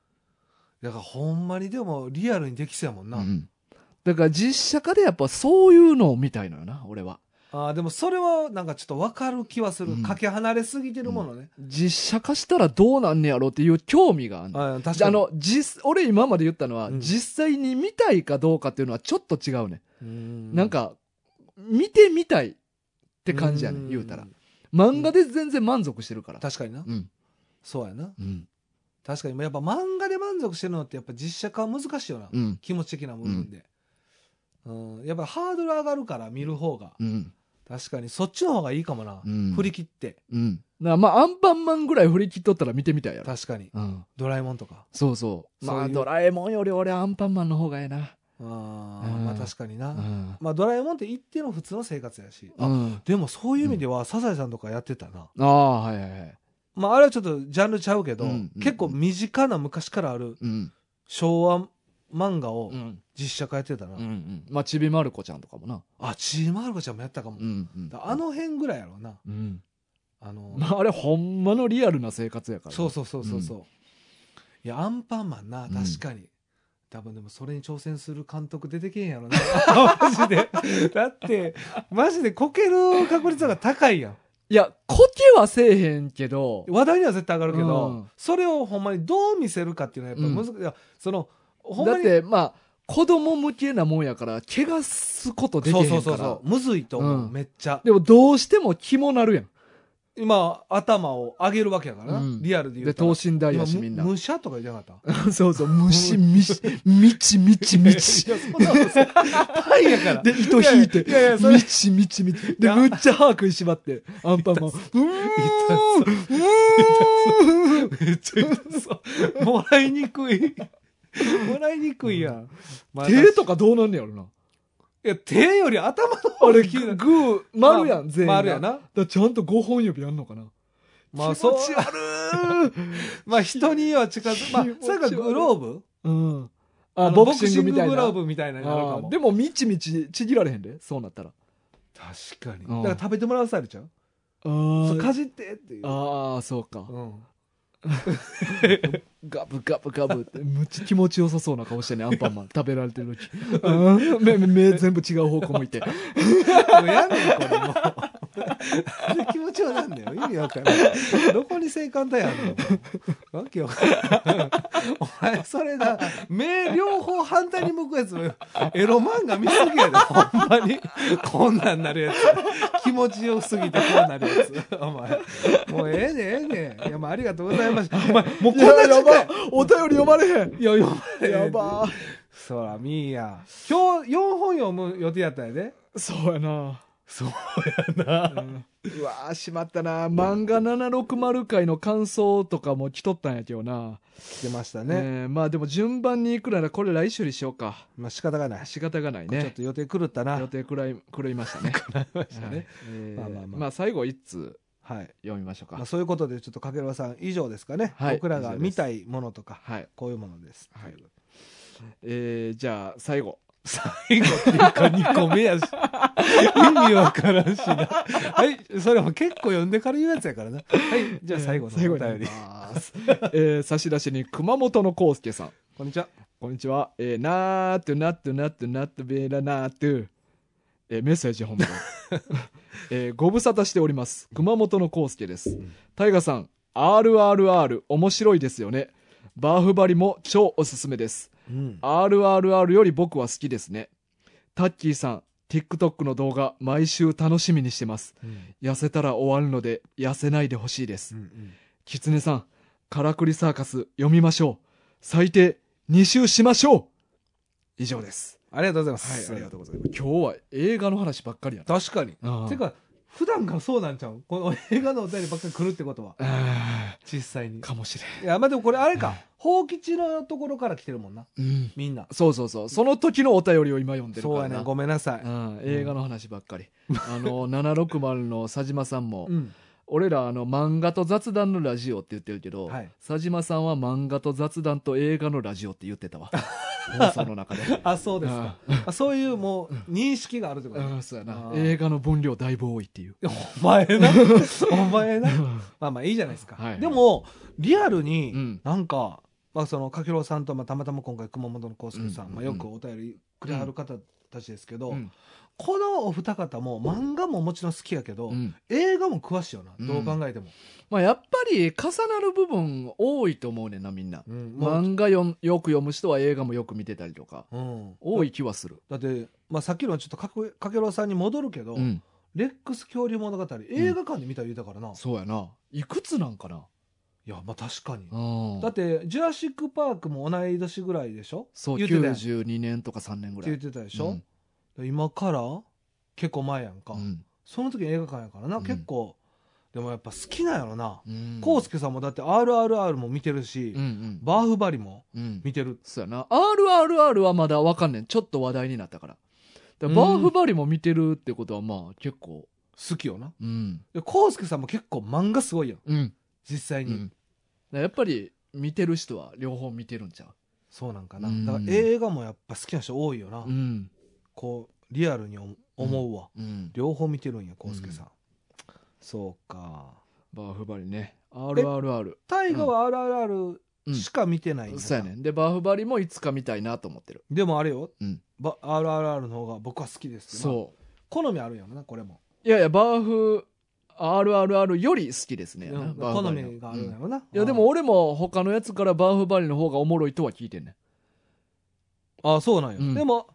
B: だからほんまにでもリアルにできそうやもんな、
C: うんだから実写化でやっぱそういうのを見たいのよな俺は
B: あーでもそれはなんかちょっと分かる気はする、
C: うん
B: かけ離れすぎてるものね、
C: 実写化したらどうなんねやろっていう興味がある
B: あー確
C: じゃあ
B: かに
C: の実俺今まで言ったのは、
B: うん
C: 実際に見たいかどうかっていうのはちょっと違うね、
B: うん
C: なんか見てみたいって感じやね、
B: うん
C: ん、言うたら漫画で全然満足してるから
B: 確かにな、
C: うん
B: そうやな
C: うん
B: 確かにやっぱ漫画で満足してるのってやっぱ実写化は難しいよな、
C: うん
B: 気持ち的な部分で、うんやっぱハードル上がるから見る方が
C: うん
B: 確かにそっちの方がいいかもな、
C: うん
B: 振り切って
C: うんなまあアンパンマンぐらい振り切っとったら見てみたいやろ、
B: 確かに
C: うん、
B: ドラえもんとか
C: そうそうま
B: そ
C: あ
B: ういう
C: ドラえもんより俺アンパンマンの方がええな
B: あ
C: う
B: ー
C: ん
B: まあ確かにな、
C: うん、
B: まあドラえもんって一定の普通の生活やし、
C: うん、
B: でもそういう意味では、サザエさんとかやってたな
C: ああはいはいはい
B: まあ、あれはちょっとジャンルちゃうけど、
C: うんうんうん
B: 結構身近な昔からある
C: うん
B: 昭和漫画を
C: うん
B: 実写化やってたな、
C: うんうんまあちびまる子ちゃんとかもな
B: あちーまる子ちゃんもやったかも、
C: うんうん
B: だからあの辺ぐらいやろうな
C: うん
B: あの、
C: まああれほんまのリアルな生活やから
B: そうそうそうそうそう、いやアンパンマンな確かに、多分でもそれに挑戦する監督出てけえへんやろなマジでだってマジでこける確率が高いやん
C: いやこけはせえへんけど
B: 話題には絶対上がるけど、
C: うん
B: それをほんまにどう見せるかっていうのはやっぱ難しい,、いやそのほん
C: だ
B: ま
C: っ
B: に
C: てまあ子供向けなもんやから怪我すことできへ
B: そ
C: ん
B: う
C: から
B: そうそうそうむずいと思う、
C: うん
B: めっちゃ
C: でもどうしても肝なるやん
B: 今頭を上げるわけやからな、
C: うん
B: リアルで言
C: で
B: うと
C: 等身大やし
B: 今
C: みんな
B: むむしゃとか言ってなか った
C: そうそう虫みしみちみちみち
B: いやそんなことないパンやから
C: で、糸引いて、
B: いやいやいやそれ
C: みちみちみち。で、むっちゃ歯食いしばって、アンパンマン。うーんうーん
B: めっちゃ痛そう。もらいにくい。もらいにくいやん。まあ
C: 手とかどうなんねやろな。
B: いや、手より頭の
C: あ
B: 方
C: れ、
B: が気にな
C: グ
B: る。
C: ー、丸やん、全員。
B: 丸や。
C: だか
B: な。
C: らちゃんと5本指やんのかな。
B: ま
C: 気持
B: あ、そう。
C: ち悪い。
B: まあ、人には近づく。まあ
C: 気持ち、悪い
B: それがグローブ
C: うん。
B: あ
C: あ、
B: の
C: ボクシングみたい
B: ボクシンググ
C: な。
B: ローブみたいなのになるか
C: あー
B: も。
C: でも、みちみちちぎられへんで、そうなったら。
B: 確かに。
C: うん
B: だから食べてもらわされちゃう。
C: あ
B: そう
C: ー
B: かじってっていう。
C: あー、そうか。
B: うん。
C: ガブガブガブっ て、むっちゃ気持ちよさそうな顔してね、アンパンマン。食べられてる時。うん目、目目全部違う方向向いて。
B: もうやんねん、これもう。なんで気持ちはなんだよ。意味わかんない。どこに性感帯あんのわけわかんない。お前、それな、目両方反対に向くやつ、エロ漫画見すぎやで、ほんまに。こんなんなるやつ。気持ちよすぎてこうなるやつ。お前、もうええねん、ええねん。いや、まあ、ありがとうございました。お前、もうこん
C: い
B: な
C: や、
B: 時
C: やばい
B: 間。
C: お便り読まれへん。
B: いや、読まれへん
C: やばー。
B: そら、みーや。今日、4本読む予定やったんやで。
C: そうやな。
B: そう
C: やな。うわー、しまったな。漫画760回の感想とかも来とったんやけどな。
B: 出ました
C: ね
B: ね。
C: えまあでも順番に行くならこれ来週にしようか。
B: まあ、仕方がない。
C: 仕方がない
B: ちょっ
C: ね。
B: と予定狂った
C: 予
B: な。
C: 定くらい、狂いま したね。
B: たね
C: はいえー
B: まあまあまあ
C: まあ最後一通
B: はい。
C: 読みましょう
B: まあ、
C: か。
B: そういうことで、ちょっとかけるわさん以上ですかね。
C: はい
B: 僕ら
C: 以上
B: が
C: です
B: 見たいものとか、
C: はい。
B: こういうものです。
C: はいえーじゃあ最後。
B: 最後っていうか2個目やし。意味わからんし な。はい。それも結構読んでから言うやつやからな。はい。じゃあ最後の
C: 最
B: お
C: 後に
B: 便り。
C: えー差出に熊本の康介さん。
B: こんにちは。
C: こんにちは。えー、なーとなっとなっとなっとべらなーと。えーメッセージ本文、えーご無沙汰しております。熊本の康介です。大河さん、RRR 面白いですよね。バーフバリも超おすすめです。
B: うん。
C: RRR より僕は好きですね。タッキーさん、TikTok の動画毎週楽しみにしてます。
B: うん
C: 痩せたら終わるので痩せないでほしいです
B: う。ん
C: キツネさん、カラクリサーカス読みましょう。最低2周しましょう。以上です。
B: ありがとうございま
C: はい、
B: す。
C: ありがとうございます。今日は映画の話ばっかりやな。
B: 確かに。
C: あー
B: て、か、普段からそうなんちゃうこの映画のお便りばっかり来るってことは。
C: あ
B: 実際に
C: ー。かもしれ
B: いや、まあ、でもこれあれか。ほうきちのところから来てるもんな。
C: ん。うん。
B: みんな。
C: そうそうそう。その時のお便りを今読んでるか
B: そう
C: ら
B: や
C: な。
B: ね。ごめんなさい。
C: うん、映画の話ばっかり。あの、760の佐島さんも、
B: うん。
C: 俺らあの、漫画と雑談のラジオって言ってるけど、
B: はい
C: 佐島さんは漫画と雑談と映画のラジオって言ってた わ。放送の中で。
B: あ、そうですか。あそういうもう認識があるってこと
C: う
B: ね
C: ん、そうやな
B: あ。ー
C: 映画の分量だいぶ多いっていう。
B: お前な。お前な。まあまあいいじゃないですか。
C: はいはい
B: でも、リアル
C: う
B: に
C: ん、
B: なんか、まあその、かきろうさんと、まあたまたま今回熊本の康介さん、
C: うん
B: まあよくお便りくれはる方たちですけど、
C: うん
B: このお二方も漫画ももちろん好きやけど、
C: うん
B: 映画も詳しいよな。
C: うん
B: どう考えても。
C: まあやっぱり重なる部分多いと思うねんなみんな
B: うん。まあ
C: 漫画よんよく読む人は映画もよく見てたりとか
B: うん、
C: 多い気はする、
B: だって、まあ、さっきのはちょっとかくかけろうさんに戻るけど、
C: うん、
B: レックス恐竜物語映画館で見た言うたからな、い
C: そうやないくつなんかな
B: やまあ確かに
C: うん
B: だって、ジュラシック・パークも同い年ぐらいでしょ
C: そう
B: 言ってたやんって
C: 92年とか3年ぐら
B: 言っ
C: い
B: てたでしょ、今から結構前やんか、
C: うん
B: その時映画館やからな、
C: うん
B: 結構、でもやっぱ好きなんやろな。
C: うん
B: コウスケさんもだって RRR も見てるし、
C: うんうん
B: バーフバリも
C: うん
B: 見てる。
C: そうやな RRR はまだわかんねんちょっと話題になったからだからバーフバリも見てるってことはまあ結構
B: 好きよな。
C: うん
B: で、コウスケさんも結構漫画すごいやん。
C: うん
B: 実際に、
C: だからやっぱり見てる人は両方見てるんちゃ
B: そうなんかな
C: うん
B: だから映画もやっぱ好きな人多いよな、
C: ううん
B: こうリアルに思思うわ、
C: うん
B: 両方見てるんや浩介さん、そうか
C: バーフバリね RRR
B: 大河は RRR
C: うん
B: しか見てないんだ
C: そうやねんでバーフバリもいつか見たいなと思ってる
B: でもあれよ、
C: うん
B: ば RRR の方が僕は好きですう
C: そう
B: 好みあるんやろなこれも、
C: いやいやバーフ RRR より好きですね
B: うん
C: バーフ
B: 好
C: バリの
B: みがあるん
C: うん
B: やろな、い
C: いやでも俺も他のやつからバーフバリの方がおもろいとは聞いてんね
B: ああそうなんや、
C: うん
B: でも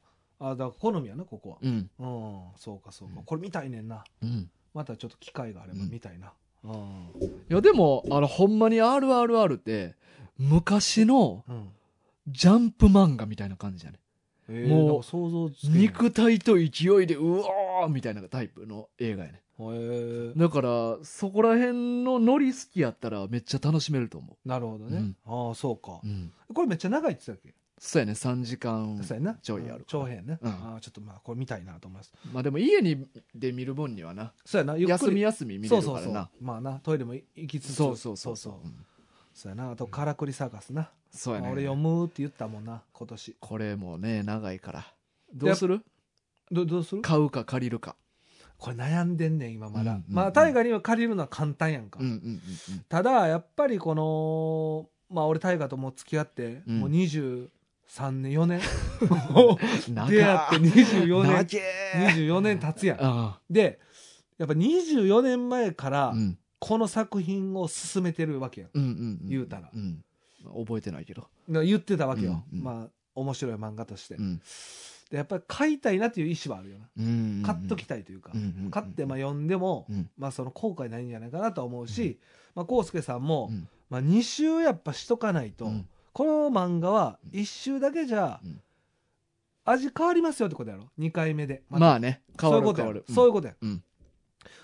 B: あだから好みやなここは
C: んうん
B: うん、そうかそうか、
C: うん
B: これ見たいねんな
C: うん
B: またちょっと機会があれば
C: うん
B: 見たいな、うん
C: いやでもあのほんまに RRR って昔の
B: うん
C: ジャンプ漫画みたいな感じやね
B: えー
C: もう
B: なんか想像つけへん
C: 肉体と勢いでうおーみたいなタイプの映画やね
B: へー
C: だからそこら辺のノリ好きやったらめっちゃ楽しめると思
B: なるほどね、
C: うん
B: ああそうか
C: う、うん、
B: これめっちゃ長いって言ってたっ
C: そうやね3時間
B: け、そうやな
C: ちょいある
B: 長編ね、
C: うん
B: ああちょっとまあこれ見たいなと思います
C: まあでも家にで見る分にはな
B: そうやなゆっくり
C: 休み休み見れるから
B: そうそうそ
C: な
B: うまあなトイレも行きつつ
C: そうそうそうそ
B: そう
C: ううん
B: そうやなあと「からくりサーカスな」
C: そうや
B: まあ俺
C: ね
B: 読むって言ったもんな今年
C: これもね長いからどうする
B: どどうする
C: 買うか借りるか
B: これ悩んでんねん今
C: う
B: まだ、
C: んうんうん
B: まあ大河には借りるのは簡単やんか、
C: うんうんうんうん
B: ただやっぱりこのまあ俺大河ともう付き合って、
C: うん
B: もう23年4年出会っ
C: 長
B: て
C: い
B: 24
C: 長
B: 年
C: けー
B: 24年経つやん
C: あ
B: でやっぱ24年前から
C: あうん
B: この作品を進めてるわけやん
C: うんうんうん
B: 言うたら
C: ん覚えてないけど
B: な言ってたわけよ、
C: うんうん
B: まあ面白い漫画として、
C: うん
B: でやっぱり買いたいなっていう意思はあるよな
C: うんうんうん
B: 買っときたいというか、
C: うんうんうん
B: 買ってまあ読んでも、
C: うん
B: まあその後悔ないんじゃないかなとは思うし、まあ浩介さんも、
C: うん
B: まあ2週やっぱしとかないと、
C: うん
B: この漫画は1週だけじゃ
C: うん
B: 味変わりますよってことやろ2回目で、
C: まあね変
B: そうい
C: わ
B: う
C: る
B: こと
C: 変
B: や
C: わ
B: ろ
C: る
B: そういうことや、
C: うん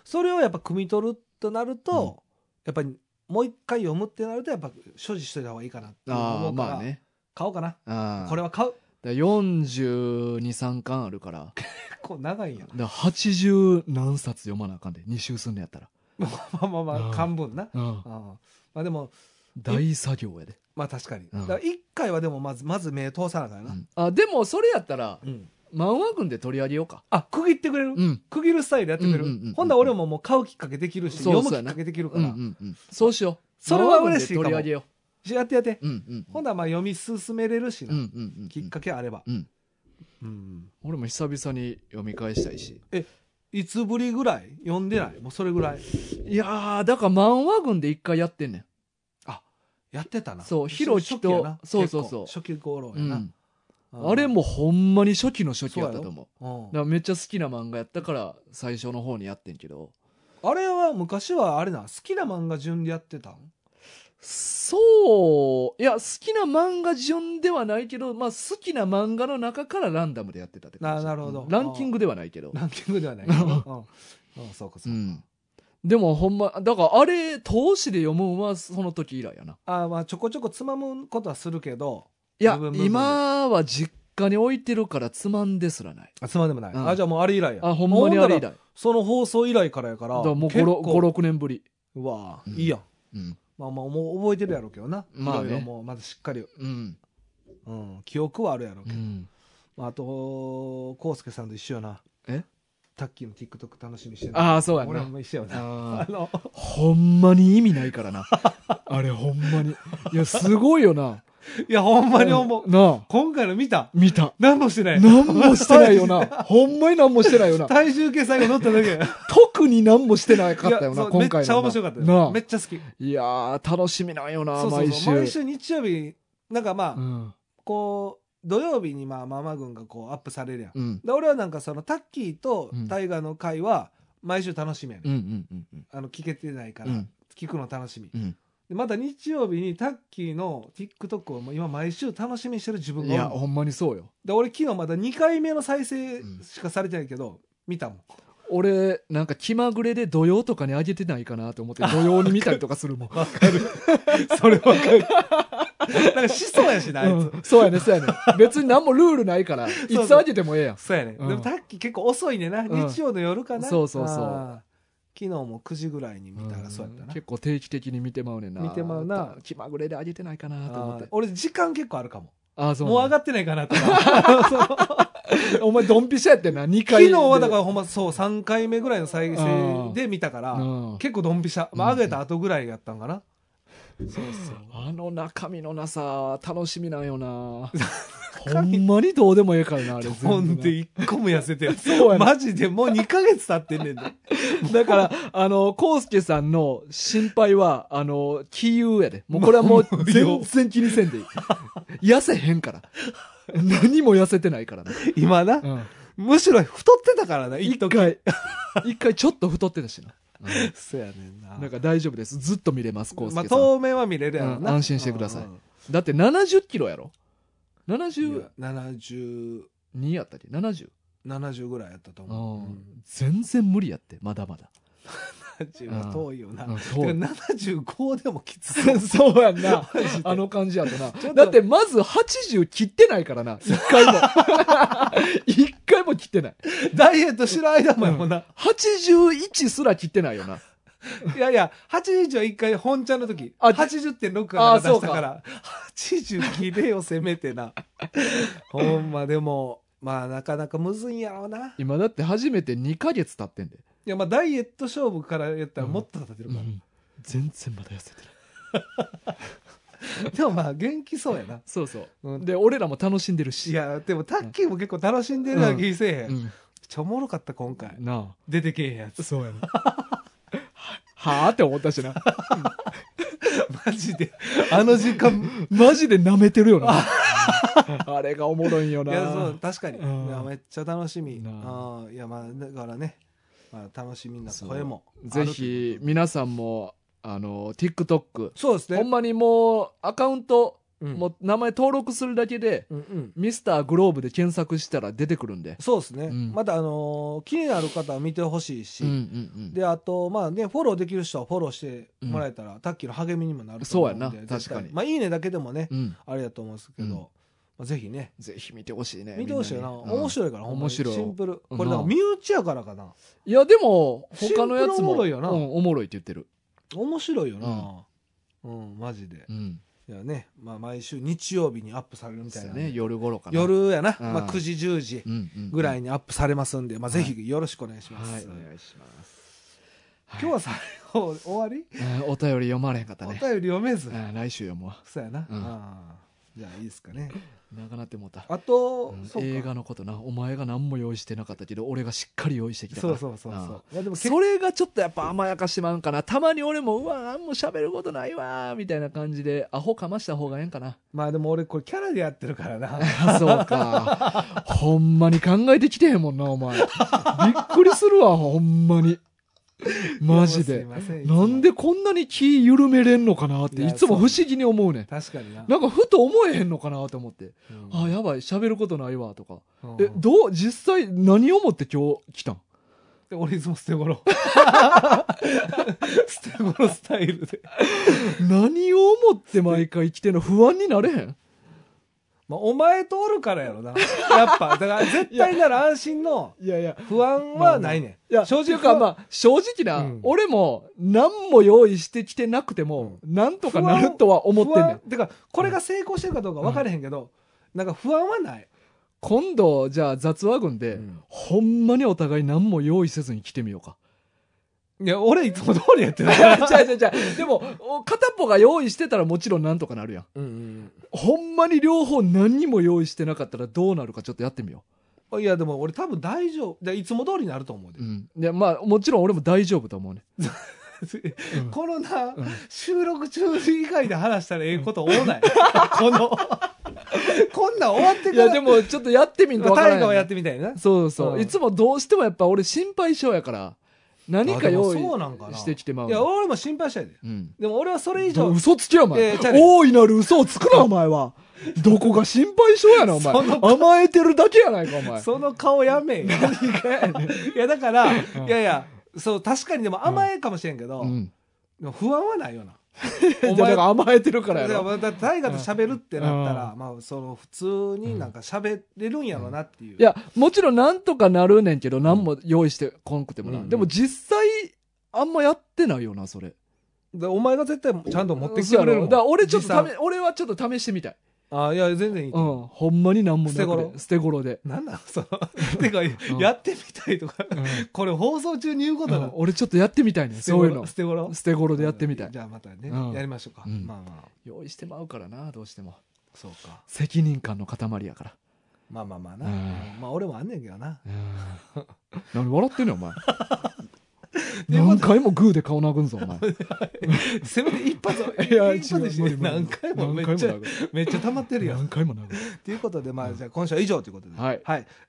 B: それをやっぱ汲み取るとなると、やっぱりもう一回読むってなるとやっぱ所持しといた方がいいかなって
C: あ
B: 思
C: あ
B: うから、
C: まあね
B: 買おうかな
C: ああ
B: これは買う
C: だ423巻あるから
B: 結構 長いんやな
C: だ80何冊読まなあかんで2周すんのやったら
B: まあまあま
C: う
B: あ
C: ん
B: 漢文な、
C: うん
B: うんまあでも
C: 大作業やで
B: まあ確かに、
C: うん
B: だから1回はでもまずまず目通さなあかんやな、
C: あでもそれやったら
B: うん
C: 漫画軍で取り上げようか
B: あ区切ってくれる、
C: うん
B: 区切るスタイルでやってくれる、
C: うんうんうんうん
B: ほんなら俺ももう買うきっかけできるし
C: そうそうやな
B: 読むきっかけできるか
C: うんう
B: ら、
C: んうんそうしよう
B: それは嬉しいかも
C: 漫画軍で取り上げよ
B: やってやって、
C: ううんうん
B: ほんならまあ読み進めれるし
C: う
B: な、
C: んうんうん
B: きっかけあれば、
C: うん
B: うん
C: 俺も久々に読み返したいし
B: いつぶりぐらい読んでないもうそれぐらい
C: いやーだから漫画軍で一回やってんねん
B: やってたな
C: そう
B: ひ
C: 広木とそうそうそう
B: 初期頃や
C: う
B: な、
C: ん
B: うん
C: あれもほんまに初期の初期やった
B: そう
C: と
B: や
C: 思う
B: うん
C: だからめっちゃ好きな漫画やったから最初の方にやってんけど
B: あれは昔はあれな好きな漫画順でやってたん
C: そういや好きな漫画順ではないけど、まあ、好きな漫画の中からランダムでやってたって感じ
B: ななるほど
C: うんランキングではないけど、
B: ランキングでは ないけど、うんうん、そうか
C: う
B: そうか、
C: ん、でもほんまだからあれ投資で読むんはその時以来やな
B: あーまあちょこちょこつまむことはするけど
C: いや
B: 部分部分
C: 今は実家に置いてるからつまんですらない
B: あつまんでもない、
C: うん
B: あじゃあもうあれ以来や
C: あほんまにあれ以来
B: ほんなら
C: だか
B: その放送以来からやから
C: らもう
B: 結構
C: 56年ぶり、
B: うわー
C: うん
B: いいやん
C: うん
B: まあまあもう覚えてるやろうけどな、
C: まあね
B: いろいろもうまだしっかり、
C: うん
B: うん、記憶はあるやろう
C: う
B: けど、
C: ん、
B: まあ、あと康介さんと一緒やな
C: え
B: タッキーの TikTok 楽しみにしてる
C: ああそうやん
B: 俺
C: な
B: も一緒やな
C: あ
B: あ
C: ー
B: の
C: ほんまに意味ない からなあれほんまにいやすごいよない
B: や ほんまに思う、
C: なあ
B: 今回の見た
C: 見た
B: 何もしてない
C: 何もしてないよ なほんまに何もしてないよな
B: 体重計最後乗った だけい
C: 特に何もしてなかったよ
B: や
C: な
B: そう
C: 今回のな
B: めっちゃ面白かった
C: なあ
B: よめっちゃ好き
C: いやー楽しみなんよな
B: そうそう
C: 毎
B: そ
C: 週
B: う毎週日曜日なんかま
C: う
B: あ、
C: ん
B: こう土曜日にまあママ軍がこうアップされるやん、
C: うん
B: で俺はなんかそのタッキーと
C: うん
B: タイガーの会は毎週楽しみや
C: う
B: ね、
C: んうんうんうん
B: あの聞けてないか
C: う
B: ら、
C: ん
B: 聞くの楽しみ、
C: うん
B: でまた日曜日にタッキーの TikTok をもう今毎週楽しみにしてる自分
C: い
B: がおる
C: やほんまにそうよ
B: で俺昨日まだ2回目の再生
C: うん
B: しかされてないけど、見たもん
C: 俺なんか気まぐれで土曜とかにあげてないかなと 思って土曜に見たりとかするもん
B: それわかるなんかしそうやし なあいつ、
C: うんそうやねそうやね別に何もルールないからい
B: そう
C: つあげてもええやん
B: そうやね、
C: うん
B: でもタッキー結構遅いねんな、
C: うん
B: 日曜の夜かな
C: そうそうそう
B: あー昨日も9時ぐらいに見たらそうやったな
C: 結構定期的に見てまうねんな
B: 見てまうな
C: 気まぐれであげてないかなと思っ
B: あー
C: て
B: 俺時間結構あるかも
C: ああ そう
B: もう上が
C: っ
B: ってないかなとかそ う
C: お前ドンピシャやってんな2
B: 昨
C: 回
B: 日はだからほんまそう3回目ぐらいの再生で見たから
C: うん
B: 結構ドンピシャ、まあ、上げた後ぐらいやったんかな、
C: あの中身のなさ楽しみなんよな ほんまにどうでもええからなあれ全部な
B: ほんで一個も痩せてる
C: そうやな
B: マジでもう2ヶ月経ってんねんで
C: だから、あの、コウスケさんの心配は、あの、気憂やで。もうこれはもう全然気にせんでいい。痩せへんから。何も痩せてないからね。
B: 今な、
C: うん。
B: むしろ太ってたからな一
C: 一
B: 時
C: 回、一回ちょっと太ってたしな。
B: そうやねんな
C: なんか大丈夫です。ずっと見れます、コウス
B: まあ
C: ケさん。
B: 当面は見れるやろな、
C: うん安心してください
B: うんうん
C: だって70キロやろ
B: いや
C: ?72
B: 70
C: やったり ?70?
B: 70ぐらいやったと
C: う
B: 思う、うんん、
C: 全然無理やって、まだまだ。
B: 70は遠いよな、
C: うん
B: だから75でもきつ い
C: そうやんな。 あの感じやったな。だってまず80切ってないからな。一回も。 一回も切ってない。
B: ダイエットしてる間もやもんな、
C: 81すら切ってないよな。
B: いやいや80は一回本ちゃんの時
C: あ
B: 80.6から
C: あ
B: 出したから80切れよせめて なほんまでもまあなかなかむずいんやろうない
C: 今だって初めて2ヶ月経ってんで。
B: やまあダイエット勝負からやったらもっと立てるから、
C: 全然まだ痩せてない。
B: でもまあ元気そうやな
C: そうそう。
B: うん
C: で、俺らも楽しんでる
B: い
C: し。
B: やでもタッキーも結構楽しんでるな気せえへん、
C: うん
B: ちょおもろかった今回
C: な
B: 出てけえへんや
C: あ。
B: つ
C: そうやな。はあって思ったしな。
B: マジであの時間
C: マジで舐めてるよな。 あれがおもろいんよ
B: い
C: な。
B: やそう確かに、
C: うん
B: いやめっちゃ楽しみ
C: な
B: ああいやまあだからね、まあ、楽しみな声も
C: ぜひ皆さんもあの TikTok
B: そうですね
C: ほんまにもうアカウント、
B: うん
C: もう名前登録するだけで、
B: うんうん、
C: ミスターグローブで検索したら出てくるんで、
B: そうですね、
C: うん
B: また、あのー気になる方は見てほしいし、
C: うんうん
B: であとまあねフォローできる人はフォローしてもらえたら、タッキーの励みにもなると思うんで
C: そうやな
B: 絶対
C: 確かに
B: まあいいねだけでもね、
C: うん、うん、
B: あれだと思うんですけど、
C: うん
B: まあ、ぜひね
C: ぜひ見てほしいね
B: 見てほしいよな、
C: みんに
B: 面
C: うん
B: 白いから、ほんま
C: 面
B: に
C: 白い
B: シンプル
C: うん
B: これだから身内やからかな、
C: いやでも他のやつ
B: シン
C: も
B: プルおもろいよな
C: うん、おもろいって言ってる、
B: 面白いよなうん、マジで
C: うん、
B: いやね、まあ、毎週日曜日にアップされるみたいな、
C: ね夜頃かな、
B: 夜やな、
C: うん
B: まあ、9時10時
C: うんうん、
B: ぐら
C: い
B: いにアップされますんで、まあ、ぜひよろしくお願いしま
C: はい
B: す、
C: お願いします
B: 今日は最後終わり
C: うんお便り読まれへんかった
B: お便
C: ね
B: り読めず、
C: うん来週読もうわ
B: そうやな、
C: うん
B: あーじゃあいいですかね
C: 長なってもうた
B: あと、
C: うん
B: そうか
C: 映画のことなお前が何も用意してなかったけど俺がしっかり用意してきたか
B: そ
C: ら
B: うそうそうそう
C: ああ
B: いやでも結
C: それがちょっとやっぱ甘やかしてまうんかなたまに俺もうわ何も喋ることないわみたいな感じでアホかました方がええんかな
B: まあでも俺これキャラでやってるからな
C: そうかほんまに考えてきてへんもんなお前びっくりするわほんまに マジ
B: い
C: で
B: やもうすいませんいつ
C: な
B: も
C: んでこんなに気緩めれんのかなって
B: いや
C: いつも不思議に思うねん
B: 確かにな
C: なんかふと思えへんのかなと思って、
B: うん
C: あやばい喋ることないわとか
B: うん
C: えどう実際何をもって今日来たん
B: で俺いつも捨 て頃 捨て頃スタイルで
C: 何を思って毎回来てんの不安になれへん
B: まあお前とおるからやろな やっぱだから絶対なら安心の
C: いやいや
B: 不安はないね
C: いや正直か
B: 不安
C: まあ正直な、
B: うん
C: 俺も何も用意してきてなくても、なんとかなるとは思ってんねん
B: てかこれが成功してるかどうか分からへんけど、なんか不安はない
C: 今度じゃあ雑話群で、
B: うん
C: ほんまにお互い何も用意せずに来てみ ようか
B: いや俺いつも通りやって る
C: じゃあじゃあじゃあでもお片っぽが用意してたらもちろんなんとかなるやん
B: うん、
C: ほんまに両方何にも用意してなかったらどうなるかちょっとやってみよ
B: うん、いやでも俺多分大丈夫でいつも通りになると思うで
C: う、う、ん、でまあもちろん俺も大丈夫と思うねん
B: このな、
C: うん
B: 収録中以外で話したらええこと多ない このこんなん終わって
C: い
B: から
C: やでもちょっとやってみんとわから
B: 大
C: ない
B: 河はやってみたいな
C: そうそう、
B: うん
C: いつもどうしてもやっぱ俺心配性やから何か用意してきてまう
B: いや俺も心配したいで
C: うん
B: でも俺はそれ以
C: ど
B: 上
C: 嘘つきやお
B: いやい
C: 前
B: やちゃうねん
C: 大いなる嘘をつくなお前はどこが心配性やなお前
B: その
C: 甘えてるだけやないかお前
B: その顔やめえ よいやだからいやいやそう確かにでも甘えかもしれんけど、
C: うん
B: でも不安はない よな
C: じゃあだから甘えてるからや
B: だから
C: ろ
B: また大河と喋るってなったら、まあ、その普通になんか喋れるんやろうなっていう、
C: いやもちろんなんとかなるねんけど何も用意してこんくてもな、
B: うん
C: でも実際あんまやってないよなそれ
B: でお前が絶対ちゃんと持ってきてくれるもん
C: だから俺ちょっと
B: 持
C: 試俺はちょっと試してみたい、
B: あいや全然いいと
C: う
B: 思う、
C: ん、ほんまになんもな
B: 捨て
C: く
B: 頃
C: て捨て頃で、
B: なんだそのてか、やってみたいとかこれ放送中に言うこと
C: う
B: な
C: ん
B: の、
C: 俺ちょっとやってみたいね
B: 捨て
C: そういう
B: 頃
C: の
B: 捨て頃
C: 捨て頃でやってみたい
B: じゃあまたね、
C: うん
B: やりましょうか、
C: うん
B: まあまあ
C: 用意してまうからなどうしても
B: そうか
C: 責任感の塊やから
B: まあまあまあな、
C: うん
B: まあ俺もあんねんけどな
C: うん何笑ってんねんお 前
B: いうこと
C: 何回もグーで顔殴んぞお 前
B: せめて一 発
C: いや
B: 一発でし
C: 違
B: て
C: う無理無理
B: 何回もめっ
C: 何
B: ち
C: 回
B: ゃ
C: も殴
B: めっちゃ溜まってる
C: る
B: やん
C: 何回も殴る
B: ということで、まあ、じゃあ今週は以上ということで、
C: はい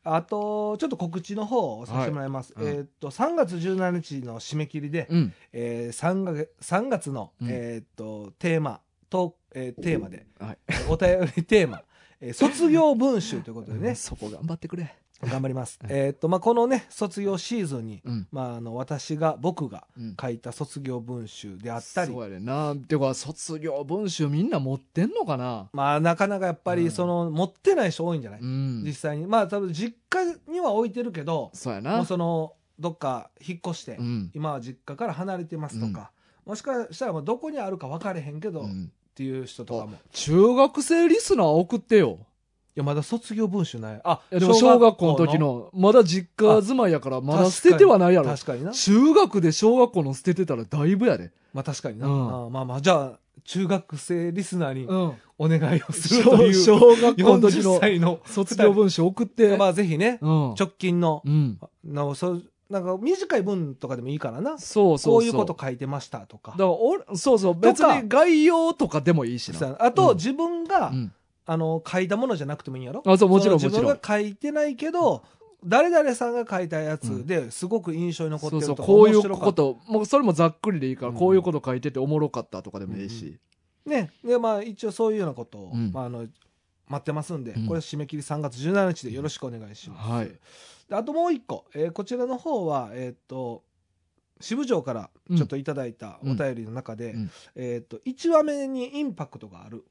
B: あと、ちょっと告知の方をさせてもらいます。
C: はいうん
B: えーっと、3月17日の締め切りで、
C: うん
B: えー、3, 月3月の、
C: うん
B: えーっと、テーマ、と、えーテーマで、
C: はい
B: お便りテーマ、 えー卒業文集ということで
C: うん
B: ね、
C: そこ頑張ってくれ
B: 頑張ります。
C: うん
B: えーっと、まあ、このね、卒業シーズンに、
C: うん
B: まあ、あの、私が、僕が
C: うん
B: 書いた卒業文集であったり
C: そ、うやねんなてか卒業文集みんな持ってんのかな
B: まあ、なかなかやっぱ
C: う
B: り、
C: ん
B: その、持ってない人多いんじゃない、
C: うん
B: 実際に。まあ、多分、実家には置いてるけど、
C: そうや
B: もう
C: な
B: そのどっか引っ越して、
C: うん
B: 今は実家から離れてますとか、もしかしたらもうどこにあるか分かれへんけど、
C: う
B: っ
C: ん
B: ていう人とかもい
C: 中学生リスナー送ってよ
B: やまだ卒業文集ないあ
C: いやでも小学校の時のまだ実家住まいやからまだ
B: 確
C: 捨
B: かに
C: ててはないやろ
B: 確かにな、
C: 中学で小学校の捨ててたらだいぶやで、
B: まあ、確かにな、
C: うん
B: あまあまあじゃあ中学生リスナーに
C: うん、
B: お願いをすると
C: 小
B: いう、
C: 小学校の時
B: 40
C: の
B: 歳の
C: 卒業文集送って、
B: まあぜひね、
C: うん、
B: 直近の
C: うん、
B: のそうなんか短い文とかでもいいからな
C: そうそうそう
B: こういうこと書いてましたとか
C: だからおそうそう別に概要とかでもいいしな、
B: あと、
C: うん
B: 自分が、
C: うん、
B: あの書いたものじゃなくてもいいんやろ
C: あそうもちろん
B: その
C: もちろん
B: 自分が書いてないけど誰々さんが書いたやつですごく印象に残って
C: そ
B: る
C: うそ
B: と
C: う
B: か
C: こうい
B: 面
C: う
B: 白か
C: こ
B: った
C: ともうそれもざっくりでいいから、
B: うん
C: こういうこと書いてておもろかったとかでもいいし、
B: ねでまあ一応そういうようなことを、
C: うん
B: まあ、あの待ってますんで、
C: うん
B: これ締め切り3月17日でよろしくお願いします、
C: はい
B: であともう一個、えーこちらの方はえーっと支部長からちょっといただいたお便りの中で、
C: うんうん
B: えーっと1話目にインパクトがある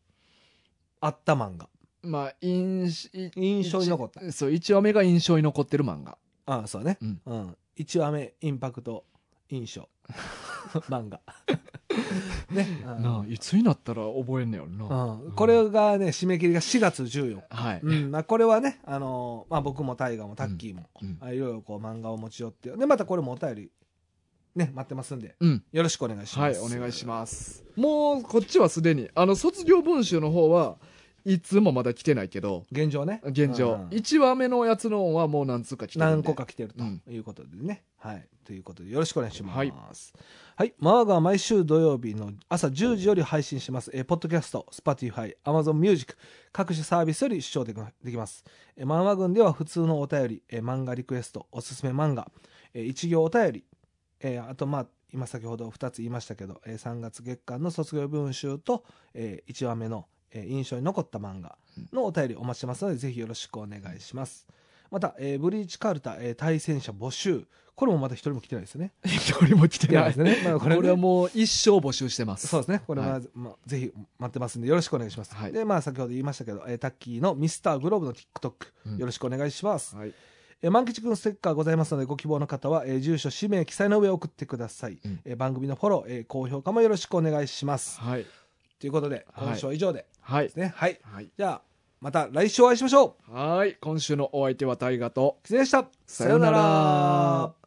B: あった漫画
C: まあ印い
B: 印象に残った
C: そう1話目が印象に残ってる漫画
B: ああそうね、
C: う
B: うんん1話目インパクト印 象漫画ね、うん
C: なあいつになったら覚えんねやろな、
B: うん、これがね締め切りが4月14日、
C: はい、
B: うんまあ、これはね、あのーまあ、僕も大河もタッキーも、
C: うん
B: あいろいろこう漫画を持ち寄ってでまたこれもお便りね待ってますんで
C: うん
B: よろしくお願いし
C: は
B: ま
C: い
B: す
C: お願いしますもうこっちはすでにあの卒業文集の方はいつもまだ来てないけど
B: 現状ね
C: 現状、
B: うん
C: 1話目のやつの音はもう何つうか来てるんで
B: 何個か来てると
C: うん
B: いうことでね、はいということでよろしくお願いします
C: は
B: はいい、マーガは毎週土曜日の朝10時より配信します、えーポッドキャスト Spotify Amazon Music 各種サービスより視聴できます、えー、漫画群では普通のお便り、えー漫画リクエストおすすめ漫画、えー一行お便り、えーあとまあ今先ほど2つ言いましたけど、え3月月間の卒業文集と、え1話目の、えー印象に残った漫画のお便りお待ちしてますのでぜひよろしくお願いしますまた、えーブリーチカルタ、えー対戦者募集これもまた一人も来てないですね。
C: 一人も来て
B: 来てな
C: ないい
B: ですね。ま あ
C: こ
B: こ
C: れ
B: れね
C: はもう一生募集してます
B: そうですね。これは、
C: は
B: まあ、ぜひ待ってますんで、よろしくお願いします。
C: はい
B: で、まあ、先ほど言いましたけど、えータッキーのミスターグローブの TikTok、
C: うん
B: よろしくお願いします。
C: はい
B: えー、万吉くんステッカーございますので、ご希望の方は、えー住所、氏名、記載の上送ってください。
C: うん
B: えー番組のフォロー、えー高評価もよろしくお願いします。
C: はい
B: ということで、今週は以上で
C: はい
B: ですね。はい。
C: はい
B: じゃあ、また来週お会いしましょう
C: はい今週のお相手は大河と
B: 失礼でした
C: さようなら